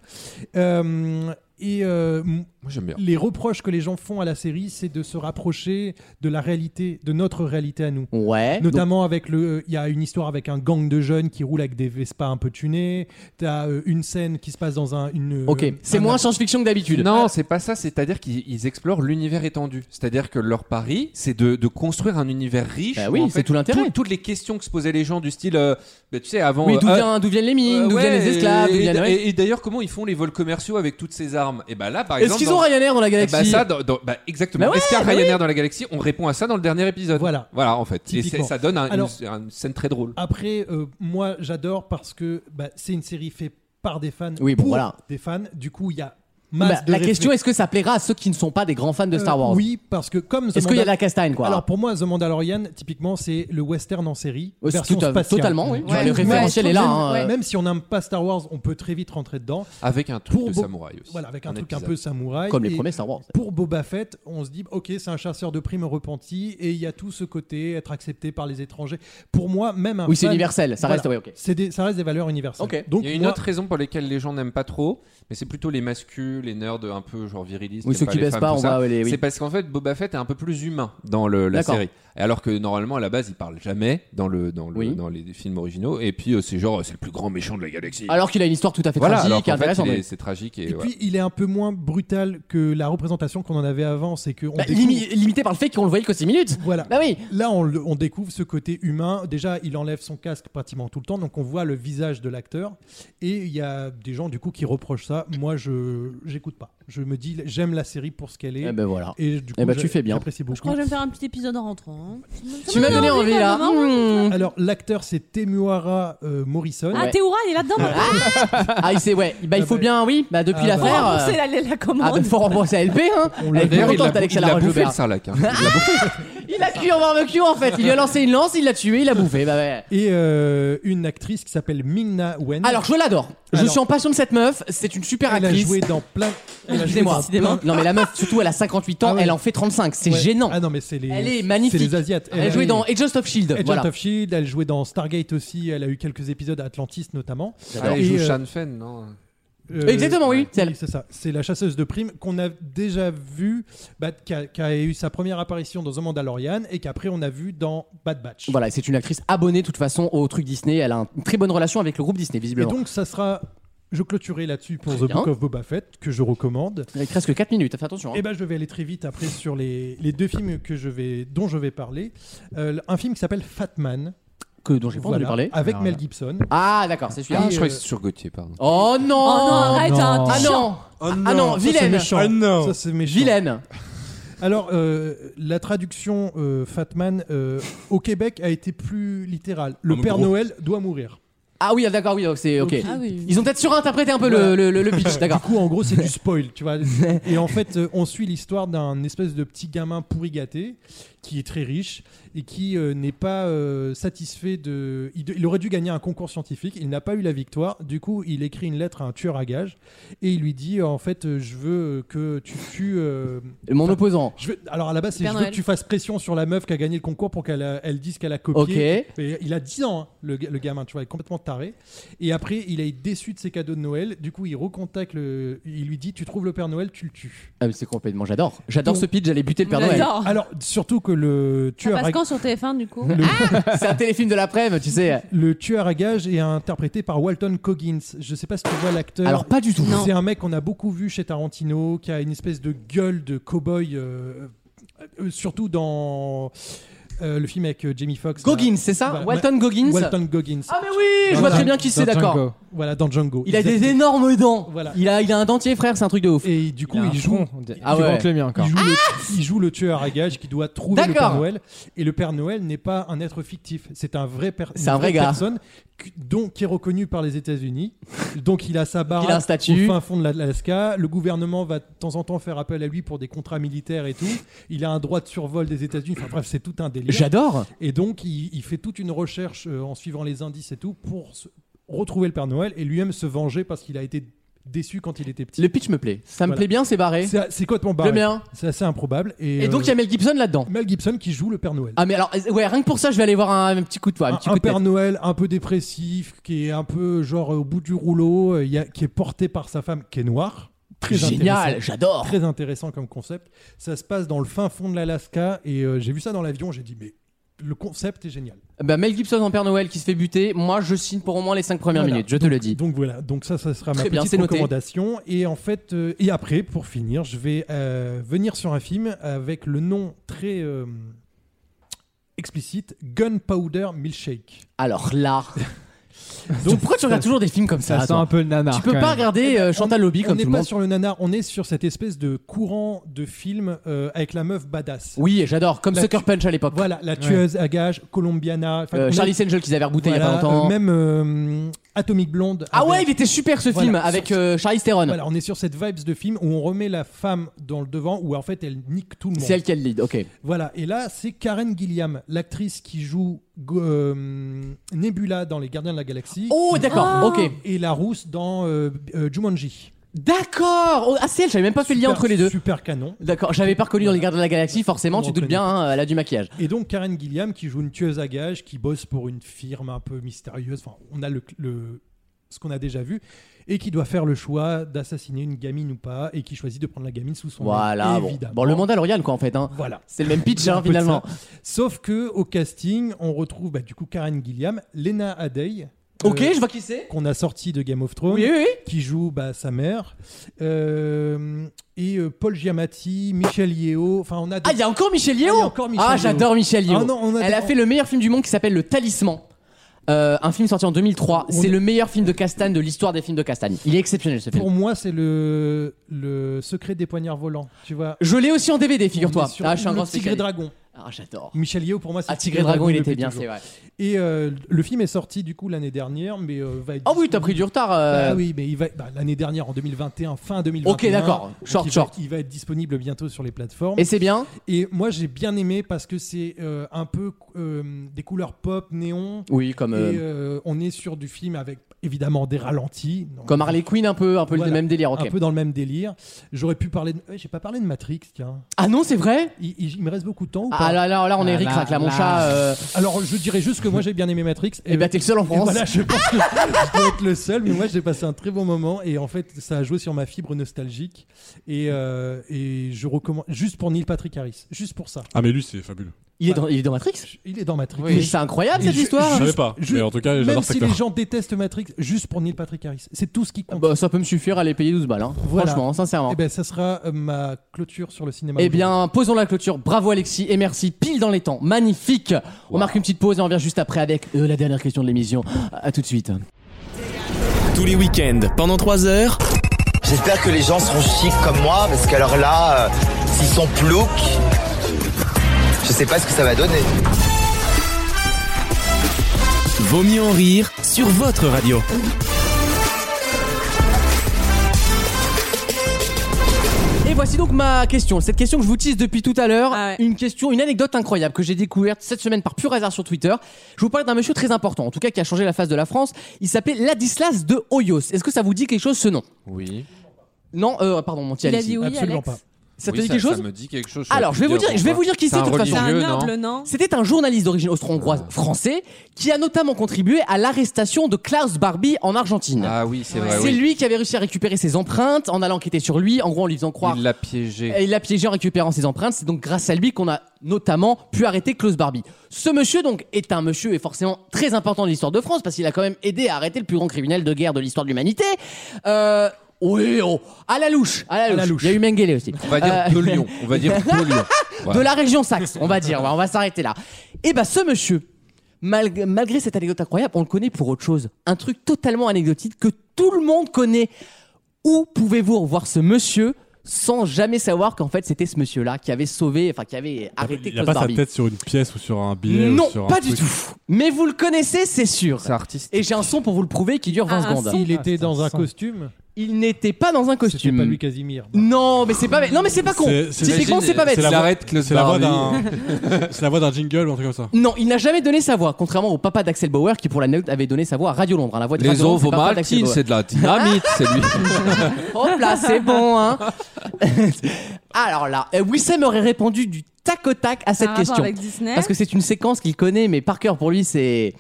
Euh, et euh, m-
Moi j'aime bien.
les reproches que les gens font à la série, c'est de se rapprocher de la réalité, de notre réalité à nous.
Ouais.
Notamment avec le, euh, il y a une histoire avec un gang de jeunes qui roulent avec des Vespa un peu tunés. T'as euh, une scène qui se passe dans un, une. euh,
Donc, ok, c'est
un-
moins science-fiction que d'habitude.
Non, c'est pas ça, c'est-à-dire qu'ils ils explorent l'univers étendu. C'est-à-dire que leur pari, c'est de, de construire un univers riche.
Bah
où,
oui,
en
c'est
fait,
tout l'intérêt.
tout- Toutes les questions que se posaient les gens du style, euh, bah, tu sais, avant.
Oui,
euh,
d'où,
ah,
vient- d'où viennent les mines,
euh,
d'où
ouais,
viennent les esclaves, d'où
et,
viennent- ouais.
et- et d'ailleurs, comment ils font les vols commerciaux avec toutes ces armes Et bah là, par
Est-ce
exemple.
qu'ils
dans-
ont Ryanair dans la
Eh
galaxie
bah ça, dans- dans- bah, exactement.
Bah ouais,
Est-ce qu'il y a
bah
Ryanair dans la galaxie On répond à ça dans le dernier épisode.
Voilà.
Voilà, en fait. Et c'est-
Typiquement.
ça donne un-
Alors-
une, une scène très drôle.
Après, euh, moi, j'adore parce que bah, c'est une série faite par des fans.
Oui, bon,
pour
voilà.
Des fans. Du coup, il y a
Bah,
masse de
La question,
réflexions.
est-ce que ça plaira à ceux qui ne sont pas des grands fans de Star
Euh,
Wars
oui, parce que comme The
Est-ce qu'il y a de la
Mandal-
castagne, quoi
Alors pour moi, The Mandalorian, typiquement, c'est le western en série.
Ouais, c'est
version
tout à-
spatiale.
totalement, oui.
Tu
Ouais,
vois,
le référentiel
même-
est là, hein,
même-
ouais.
euh, Même si on n'aime pas Star Wars, on peut très vite rentrer dedans.
Avec un truc
Pour
de
beau-
samouraï aussi.
Voilà, avec un, truc un
épisode.
peu samouraï.
Comme les
Et
premiers Star Wars.
Pour Boba Fett, on se dit, ok, c'est un chasseur de primes repenti, et il y a tout ce côté être accepté par les étrangers. Pour moi, même un
Oui, c'est
fan-
universel, ça reste,
Voilà.
ouais, ok.
C'est des- ça reste des valeurs universelles.
Ok.
Donc,
Il y a une
moi-
autre raison pour laquelle les gens n'aiment pas trop, mais c'est plutôt les masculins, les nerds un peu genre virilistes.
Oui,
aiment
ceux qui
les
baissent
femmes,
pas,
tout
on
ça.
va- ouais, les- oui.
C'est parce qu'en fait, Boba Fett est un peu plus humain dans le- la
D'accord.
série. Et Alors que normalement, à la base, il parle jamais dans, le, dans, le-
Oui.
dans les films originaux. Et puis, euh, c'est genre, euh, c'est le plus grand méchant de la galaxie.
Alors qu'il a une histoire tout à fait
voilà, alors
Ah, tragique et
qu'en fait,
intéressante.
il est-
mais-
c'est tragique. Et,
Et
voilà.
puis il est un peu moins brutal que la représentation qu'on en avait avant, c'est que on
Bah,
découvre-
limi- Limité par le fait qu'on le voyait que 6 minutes.
voilà.
Bah oui.
Là, on, le- on découvre ce côté humain. Déjà, il enlève son casque pratiquement tout le temps, donc on voit le visage de l'acteur. Et il y a des gens du coup qui reprochent ça. Moi, je j'écoute pas. Je me dis, j'aime la série pour ce qu'elle est.
Eh ben voilà.
Et du coup,
Eh ben,
j'a-
tu fais bien.
J'apprécie
Je
beaucoup.
crois que je vais me faire un petit épisode en rentrant. hein.
Tu m'as donné envie là. Mmh.
Alors, l'acteur, c'est Temuara euh, Morrison.
Ah,
Ouais.
Théoura, il est là-dedans.
Ah, il sait, ouais. Bah, il
Ah
faut
bah-
bien, oui. Bah, depuis
Ah bah-
Faut
l'affaire. euh,
rembourser la, la- la
Ah, bah,
commande.
faut rembourser LP, hein. Elle est
D'ailleurs, il l'a-
contente, Alexa
il l'a bouffé
Laroche-Joubert.
le sarlac. hein. Il l'a bouffé.
Il l'a cuit en barbecue, en fait. Il lui a lancé une lance, il l'a tué, il l'a bouffé. Bah, ouais.
Et euh, une actrice qui s'appelle Ming-Na Wen.
Alors, je l'adore. Je
Alors-
suis en passion de cette meuf. C'est une super
elle a
actrice.
joué dans plein. elle a joué
Excusez-moi.
dans plein-
Non, mais la meuf, surtout, elle a 58 ans,
Ah ouais.
elle en fait 35. C'est
Ouais.
gênant.
Ah non, mais c'est les.
Elle est magnifique.
C'est les Asiates.
Elle a joué dans Agents of Shield.
Agent
E voilà.
of Shield, E elle jouait dans Stargate aussi, elle a eu quelques épisodes à Atlantis notamment.
Ah, il joue
Et, euh,
Shan Fen, non
Euh,
Exactement, oui, c'est
C'est
elle.
ça. C'est la chasseuse de primes qu'on a déjà vue, bah, qui, a, qui a eu sa première apparition dans The Mandalorian et qu'après on a vu dans Bad Batch.
Voilà, c'est une actrice abonnée de toute façon au truc Disney. Elle a une très bonne relation avec le groupe Disney,
Et
visiblement.
donc ça sera, je clôturerai là-dessus pour
Très
The
bien.
Book of Boba Fett que je recommande.
Il reste presque 4 minutes, fais attention. hein.
Et ben je vais aller très vite après sur les, les deux films que je vais, dont je vais parler. Euh, un film qui s'appelle Fat Man,
que, dont j'ai pas entendu
voilà,
parler.
avec
Alors
Mel
là.
Gibson.
Ah, d'accord, c'est celui-là.
Ah, je crois que c'est sur Gauthier, pardon.
Oh non
Oh non, arrête,
non.
hein, t'es
Ah
chiant.
non
Oh
Ah non,
Ça, c'est
vilaine
méchant.
Ah non.
Ça, c'est méchant.
Vilaine
Alors, euh, la traduction euh, Fatman euh, au Québec a été plus littérale. Le
Ah, mon
Père
gros.
Noël doit mourir.
Ah oui, ah, d'accord, oui, donc c'est ok.
Ok.
Ah oui.
Ils ont peut-être surinterprété un peu le-
Voilà.
le, le, le pitch,
Du
d'accord.
coup, en gros, c'est du spoil, tu vois. Et en fait, euh, on suit l'histoire d'un espèce de petit gamin pourri gâté qui est très riche et qui euh, n'est pas euh, satisfait de. Il, il aurait dû gagner un concours scientifique, il n'a pas eu la victoire. Du coup, il écrit une lettre à un tueur à gages et il lui dit euh, en fait, euh, je veux que tu tues. euh,
Mon
enfin,
opposant.
Je veux- Alors à la base, c'est
Père
je veux que
Noël.
tu fasses pression sur la meuf qui a gagné le concours pour qu'elle a- elle dise qu'elle a copié.
Ok.
Et il a 10 ans, hein, le, ga- le gamin, tu vois, il est complètement taré. Et après, il est déçu de ses cadeaux de Noël. Du coup, il recontacte le. Il lui dit Tu trouves le Père Noël, tu le tues.
Ah mais c'est complètement j'adore. J'adore ce pitch, j'allais buter le Père Noël.
J'adore.
Alors, surtout que le
Ah,
Ça
tueur.
passe
à-
quand sur TF1 du coup
C'est un téléfilm de l'après-midi, tu sais.
Le tueur à gages est interprété par Walton Coggins. Je sais pas si tu vois l'acteur.
Alors, pas du tout. Non.
C'est un mec qu'on a beaucoup vu chez Tarantino, qui a une espèce de gueule de cow-boy, euh, euh, surtout dans euh, le film avec euh, Jamie Foxx.
Goggins,
là.
c'est ça
Voilà.
Walton Goggins
Walton Goggins.
Ah mais oui, je
Dans
vois
Djan-
très bien qui
dans
c'est,
Django.
d'accord.
Voilà, dans Django.
Il a des
Exactement.
énormes dents.
Voilà.
Il a, il a un dentier frère, c'est un truc de ouf.
Et du coup,
a
il,
un
joue.
front, on dirait.
Ah
il
ouais.
joue-
Plus grand que le mien encore.
Il joue, le, il joue le tueur à gages qui doit trouver le
Ah D'accord.
Père Noël. Et le Père Noël n'est pas un être fictif. C'est un vrai, per-
C'est
une
un vrai
vraie
gars.
personne qui- dont, qui est reconnu par les États-Unis. Donc il a sa barre
Il a un statut.
au fin fond de l'Alaska. Le gouvernement va de temps en temps faire appel à lui pour des contrats militaires et tout. Il a un droit de survol des États-Unis. Enfin bref, c'est tout un délire.
J'adore.
Et donc, il, il fait toute une recherche euh, en suivant les indices et tout pour se- retrouver le Père Noël et lui-même se venger parce qu'il a été déçu quand il était petit.
Le pitch me plaît. Ça me
Voilà.
plaît bien, c'est barré.
C'est c'est complètement
J'aime
barré.
bien.
C'est assez improbable. Et, euh,
Et donc il y a Mel Gibson là-dedans.
Mel Gibson qui joue le Père Noël.
Ah mais alors euh, ouais, rien que pour ça, je vais aller voir un, un petit coup de toi, un
un,
petit
un
coup de
Père
tête.
Noël un peu dépressif, qui est un peu genre au bout du rouleau, euh, il y a- qui est porté par sa femme, qui est noire. Très
Génial,
intéressant.
j'adore.
Très intéressant comme concept. Ça se passe dans le fin fond de l'Alaska et euh, j'ai vu ça dans l'avion, j'ai dit mais le concept est génial.
Bah, Mel Gibson en Père Noël qui se fait buter, moi je signe pour au moins les 5 premières
Voilà.
minutes, je te le dis.
Donc voilà, donc ça, ça sera
Très
ma
bien, c'est
petite
noté.
recommandation. Et en fait, euh, et après, pour finir, je vais euh, venir sur un film avec le nom très euh, explicite Gunpowder Milkshake.
Alors là. Donc pourquoi tu regardes toujours des films comme ça,
Ça sent
toi
un peu le nanar.
Tu peux
quand
pas
même.
regarder euh, Chantal Lobby
Ah, hein. Eh ben, on
comme
n'est
tout le
pas
monde.
sur le nanar, on est sur cette espèce de courant de film euh, avec la meuf badass.
Oui, et j'adore, comme
Là,
Sucker
tu-
Punch à l'époque.
Voilà, la tueuse à gages, Colombiana, enfin,
Euh,
même-
Charlie Angel qu'ils avaient rebooté il y a
voilà,
pas longtemps.
euh, même euh, Atomic Blonde.
Ah ouais,
avec-
il était super ce
Voilà,
film avec euh, Charlize Theron.
Voilà, on est sur cette vibes de film où on remet la femme dans le devant, où en fait elle nique tout le monde.
C'est elle qui a le lead, ok.
Voilà, et là, c'est Karen Gilliam, l'actrice qui joue go- euh, Nebula dans Les Gardiens de la Galaxie.
Oh, d'accord,
Oh.
ok.
Et la rousse dans euh, euh, Jumanji.
D'accord oh, Ah, c'est elle, j'avais même pas fait le lien
Super-
entre les deux.
Super canon.
D'accord, j'avais pas reconnu dans Les Gardiens de la Galaxie, forcément,
On
tu te doutes
reconnaît.
bien, hein, elle a du maquillage.
Et donc Karen Gilliam qui joue une tueuse à gages, qui bosse pour une firme un peu mystérieuse. Enfin, on a le, le- ce qu'on a déjà vu et qui doit faire le choix d'assassiner une gamine ou pas et qui choisit de prendre la gamine sous son
Voilà,
aile,
bon.
évidemment.
Bon, le Mandalorian, quoi, en fait. Hein.
Voilà.
C'est le même pitch, hein,
Un peu de
finalement.
ça. Sauf que au casting, on retrouve bah, du coup Karen Gilliam, Lena Adey.
Ok,
euh,
je vois qui c'est.
qu'on a sorti de Game of Thrones,
Oui, oui, oui.
qui joue bah, sa mère, euh, et euh, Paul Giamatti, Michel Yeo. Enfin, on a des-
Ah, il y a encore Michel Yeo
Ah, il y a encore Michel
Ah,
Yeo.
j'adore Michel Yeo.
Ah non, on a
Elle a
des-
fait le meilleur film du monde qui s'appelle Le Talisman. Euh, un film sorti en 2003.
On
C'est
est-
le meilleur film de Castagne de l'histoire des films de Castagne. Il est exceptionnel ce film.
Oh, Pour moi, c'est le, le secret des poignards volants. Tu vois.
Je l'ai aussi en DVD,
On
figure-toi.
est sur
Ah, je suis un
le
grand
Tigre et
spécialiste.
Dragon.
Ah, j'adore.
Michel Yeo, pour moi, c'est
Ah,
le
Tigre et Dragon, il
depuis
était bien,
toujours.
c'est vrai.
Et euh, le film est sorti du coup l'année dernière, mais euh, va être.
Ah oui, t'as pris du retard. euh,
Bah oui, mais il va bah, l'année dernière en 2021, fin 2021.
Ok, d'accord.
Donc,
Short,
il va-
short.
Il va être disponible bientôt sur les plateformes.
Et c'est bien
Et moi, j'ai bien aimé parce que c'est euh, un peu euh, des couleurs pop, néon.
Oui, comme, euh,
Et euh, on est sur du film avec évidemment des ralentis. Donc,
comme Harley Quinn, un peu, un peu le
Voilà.
même délire. Ok.
Un peu dans le même délire. J'aurais pu parler. De... Ouais, j'ai pas parlé de Matrix, tiens.
Ah non, c'est vrai
Il, il- il me reste beaucoup de temps ou pas
Ah là là, là on est
Ah
ric
là,
là, mon
là.
chat. euh,
Alors, je dirais juste que moi, j'ai bien aimé Matrix.
Eh ben, t'es le seul en
Et
France.
voilà, je pense que je dois être le seul, mais moi j'ai passé un très bon moment et en fait ça a joué sur ma fibre nostalgique et, euh, et je recommande juste pour Neil Patrick Harris, juste pour ça.
Ah, mais lui, c'est fabuleux.
Il, est dans, il est dans Matrix
Il est dans Matrix.
Mais c'est incroyable cette
Je-
Je
histoire.
savais pas,
je-
mais en tout cas,
Même
j'adore cet
si les
acteur.
gens détestent Matrix, juste pour Neil Patrick Harris, c'est tout ce qui compte.
Bah, ça peut me suffire à les payer 12 balles. hein.
Voilà.
Franchement, sincèrement.
et ben bah, ça sera euh, ma clôture sur le cinéma.
Eh bien, posons la clôture. Bravo Alexis et merci. Pile dans les temps. Magnifique. On marque une petite pause et on revient juste après avec euh, la dernière question de l'émission. À à tout de suite.
Tous les week-ends, pendant 3 heures,
J'espère que les gens seront chics comme moi, parce qu'alors là, euh, s'ils sont ploucs, je sais pas ce que ça va donner.
Vaut mieux en rire sur votre radio.
Et voici donc ma question. Cette question que je vous tisse depuis tout à l'heure.
Ah
Une question, une anecdote incroyable que j'ai découverte cette semaine par pur hasard sur Twitter. Je vous parle d'un monsieur très important, en tout cas qui a changé la face de la France. Il s'appelait Ladislas de Hoyos. Est-ce que ça vous dit quelque chose ce nom
Oui.
Non, euh, pardon, mon petit
Il a
Alexis.
dit oui, Absolument Alex. pas.
Ça te
Oui,
dit
ça-
quelque chose
ça me dit quelque chose,
Alors,
j'aurais
je vais
pu
vous
dire,
dire, je vais
pourquoi
vous dire qui
C'est
c'est
un
de toute façon.
religieux, C'est un non noble,
non
C'était un journaliste d'origine austro-hongroise français qui a notamment contribué à l'arrestation de Klaus Barbie en Argentine.
Ah oui, c'est vrai.
C'est
oui.
lui qui avait réussi à récupérer ses empreintes en allant enquêter sur lui, en gros en lui faisant croire
Il l'a piégé.
et il l'a piégé en récupérant ses empreintes. C'est donc grâce à lui qu'on a notamment pu arrêter Klaus Barbie. Ce monsieur donc est un monsieur et forcément très important de l'histoire de France parce qu'il a quand même aidé à arrêter le plus grand criminel de guerre de l'histoire de l'humanité. Euh, oui, oh, à la louche, à la louche. Il y a eu Mengele aussi.
On va dire
Euh,
de Lyon. On va dire de Lyon. Voilà.
de la région Saxe, on va dire. Ouais, on va s'arrêter là. Et bah ce monsieur, malg- malgré cette anecdote incroyable, on le connaît pour autre chose. Un truc totalement anecdotique que tout le monde connaît. Où pouvez-vous voir ce monsieur sans jamais savoir qu'en fait c'était ce monsieur-là qui avait sauvé, enfin qui avait arrêté
Il a
Klaus
pas sa
Barbie
tête sur une pièce ou sur un billet
Non,
ou sur un
pas du
truc.
tout. Mais vous le connaissez, c'est sûr. C'est
artiste.
Et j'ai un son pour vous le prouver qui dure 20
Ah, un
secondes.
son. Il était dans un costume
Il n'était pas dans un costume.
pas lui Casimir.
Non, mais c'est pas bête. Non, mais c'est pas con. Typiquement, c'est pas bête.
C'est la, voix-
Claude
c'est la voix d'un
Barbie.
c'est la voix d'un jingle ou un truc comme ça.
Non, il n'a jamais donné sa voix, contrairement au papa d'Axel Bauer qui, pour la note, avait donné sa voix à Radio Londres. hein. La voix de
Les
Radio Londres,
ovaux
c'est le papa d'Axel
Martin,
Bauer.
c'est de la dynamite, c'est lui.
Hop là, c'est bon, hein. Alors là, euh, Wissem aurait répondu du tac au tac à cette
Ah, rapport
question.
avec Disney
Parce que c'est une séquence qu'il connaît, mais par cœur pour lui, c'est.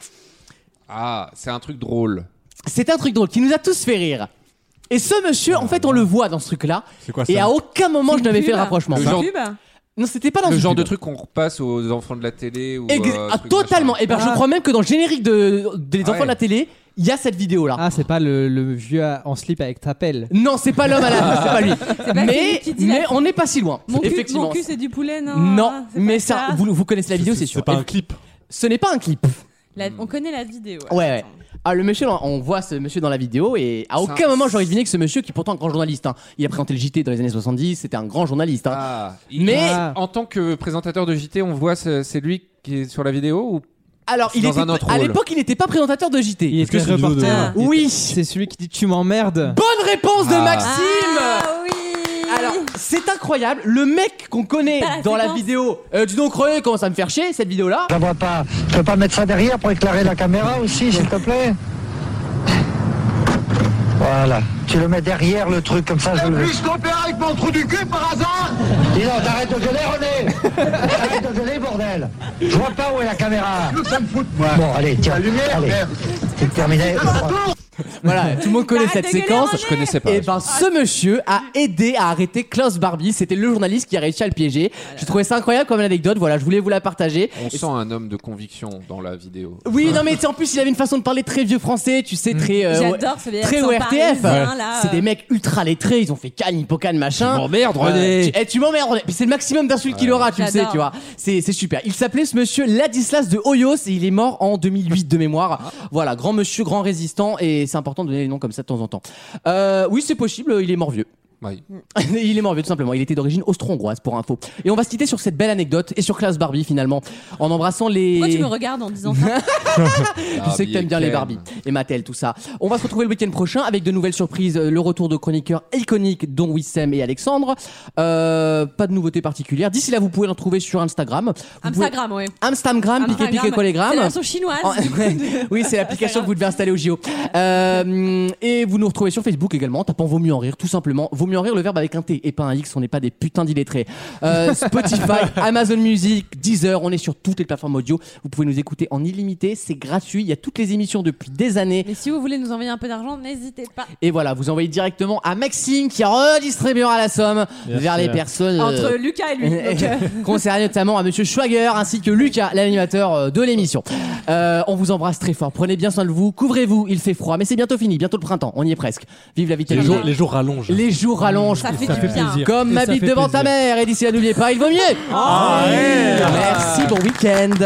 Ah, c'est un truc drôle.
C'est un truc drôle qui nous a tous fait rire. Et ce monsieur, en fait, on le voit dans ce truc-là.
quoi,
Et
ça
à aucun moment je n'avais fait le rapprochement.
Bah, Le genre-
Non, c'était pas dans
le
une
genre
pub.
de truc qu'on repasse aux enfants de la télé ou
Ex-
euh,
ah,
truc
totalement.
machin.
Et ben, je
Ah.
crois même que dans le générique de, des
Ah
enfants de la
ouais.
télé, il y a cette vidéo là.
Ah, c'est pas le, le vieux à- en slip avec trapelle.
Non, c'est pas l'homme à la c'est pas lui.
pas
mais
celui qui dit la-
mais on n'est pas si loin.
Mon cul,
Effectivement.
mon cul, c'est du poulet, non
non,
hein, c'est
mais
pas
ça, vous, vous connaissez la vidéo, c'est sûr. C'est pas un
clip.
Ce n'est pas un clip.
La- On connaît la vidéo.
Ouais, ouais. Ah, le monsieur, on- on voit ce monsieur dans la vidéo et à
C'est
aucun
un-
moment j'aurais deviné que ce monsieur, qui est pourtant un grand journaliste, hein, il a présenté le JT dans les années 70, c'était un grand journaliste.
Ah,
hein.
Il-
mais
en tant que présentateur de JT, on voit ce- c'est lui qui est sur la vidéo ou
alors, il
dans
était
un autre
pas- à
rôle.
l'époque, il n'était pas présentateur de JT.
Il est plus reporter.
Oui.
C'est celui qui dit tu m'emmerdes.
Bonne réponse de
Ah.
Maxime Alors, euh, c'est incroyable, le mec qu'on connaît
Bah,
dans la vidéo, euh, dis donc René, commence à me faire chier cette vidéo-là.
Je la vois pas. Je peux pas mettre ça derrière pour éclairer la caméra aussi, s'il te plaît Voilà. Tu le mets derrière le truc comme ça, je le
coopérer avec mon trou du cul par hasard Dis donc, t'arrêtes de gueuler, René T'arrêtes de gueuler, bordel
Je vois pas où est la caméra.
Ça me fout de
moi. Bon, allez, tiens.
La lumière,
allez.
merde. Ah,
C'est terminé.
Voilà, tout le monde connaît
Arrête
cette
de gueuler,
séquence.
René Je connaissais pas.
Et ben, ce monsieur a aidé à arrêter Klaus Barbie. C'était le journaliste qui a réussi à le piéger. J'ai trouvé ça incroyable comme anecdote. Voilà, je voulais vous la partager.
on sent un homme de conviction dans la vidéo.
Oui, non, mais tu sais, en plus, il avait une façon de parler très vieux français, tu sais, très.
J'adore ce vieil
Très
accent
ORTF.
parisien, là,
euh.
C'est des mecs ultra lettrés, ils ont fait canne, hippocane, machin.
Tu m'emmerdes, René.
tu- eh, tu m'emmerdes, René. Puis c'est le maximum d'insultes qu'il aura, tu le sais,
J'adore.
tu vois. C'est c'est super. Il s'appelait ce monsieur Ladislas de Hoyos et il est mort en 2008 de mémoire. Voilà, grand monsieur, grand résistant et c'est important de donner les noms comme ça de temps en temps. Euh, oui, c'est possible, il est mort vieux. il est mort vieux tout simplement. Il était d'origine austro-hongroise pour info. Et on va se quitter sur cette belle anecdote et sur Klaus Barbie finalement en embrassant les.
Pourquoi tu me regardes en disant ça
Tu sais que t'aimes bien les Barbies et Mattel, tout ça. On va se retrouver le week-end prochain avec de nouvelles surprises, euh, le retour de chroniqueurs iconiques dont Wissem et Alexandre. Euh, pas de nouveautés particulières. D'ici là, vous pouvez l'en trouver sur Instagram. Vous pouvez-
Instagram, ouais.
Amstagram, piqué piqué
Ah, C'est la
collégramme.
version chinoise.
En- oui, c'est l'application que vous devez installer au JO. Euh, et vous nous retrouvez sur Facebook également, en tapant Vaut mieux en rire, tout simplement. Vaut mieux en rire, le verbe avec un T et pas un X, on n'est pas des putains d'illettrés. Euh, Spotify, Amazon Music, Deezer, on est sur toutes les plateformes audio. Vous pouvez nous écouter en illimité, c'est gratuit, il y a toutes les émissions depuis des années.
Mais si vous voulez nous envoyer un peu d'argent, n'hésitez pas.
Et voilà, vous envoyez directement à Maxime qui redistribuera la somme
Bien
vers
sûr.
les personnes.
Entre Lucas et lui, donc, euh.
Concernées notamment à Monsieur Schwager ainsi que Lucas, l'animateur euh, de l'émission. Euh, on vous embrasse très fort. Prenez bien soin de vous. Couvrez-vous. Il fait froid, mais c'est bientôt fini. Bientôt le printemps. On y est presque. Vive la vitalité.
Les jours- les jours rallongent.
Les jours rallongent.
Ça fait Ça du fait bien. plaisir.
Comme
Et
ma
ça
bite
fait
devant ta
plaisir.
mère. Et d'ici là, n'oubliez pas, il vaut mieux.
Ah ouais.
Merci. Bon week-end.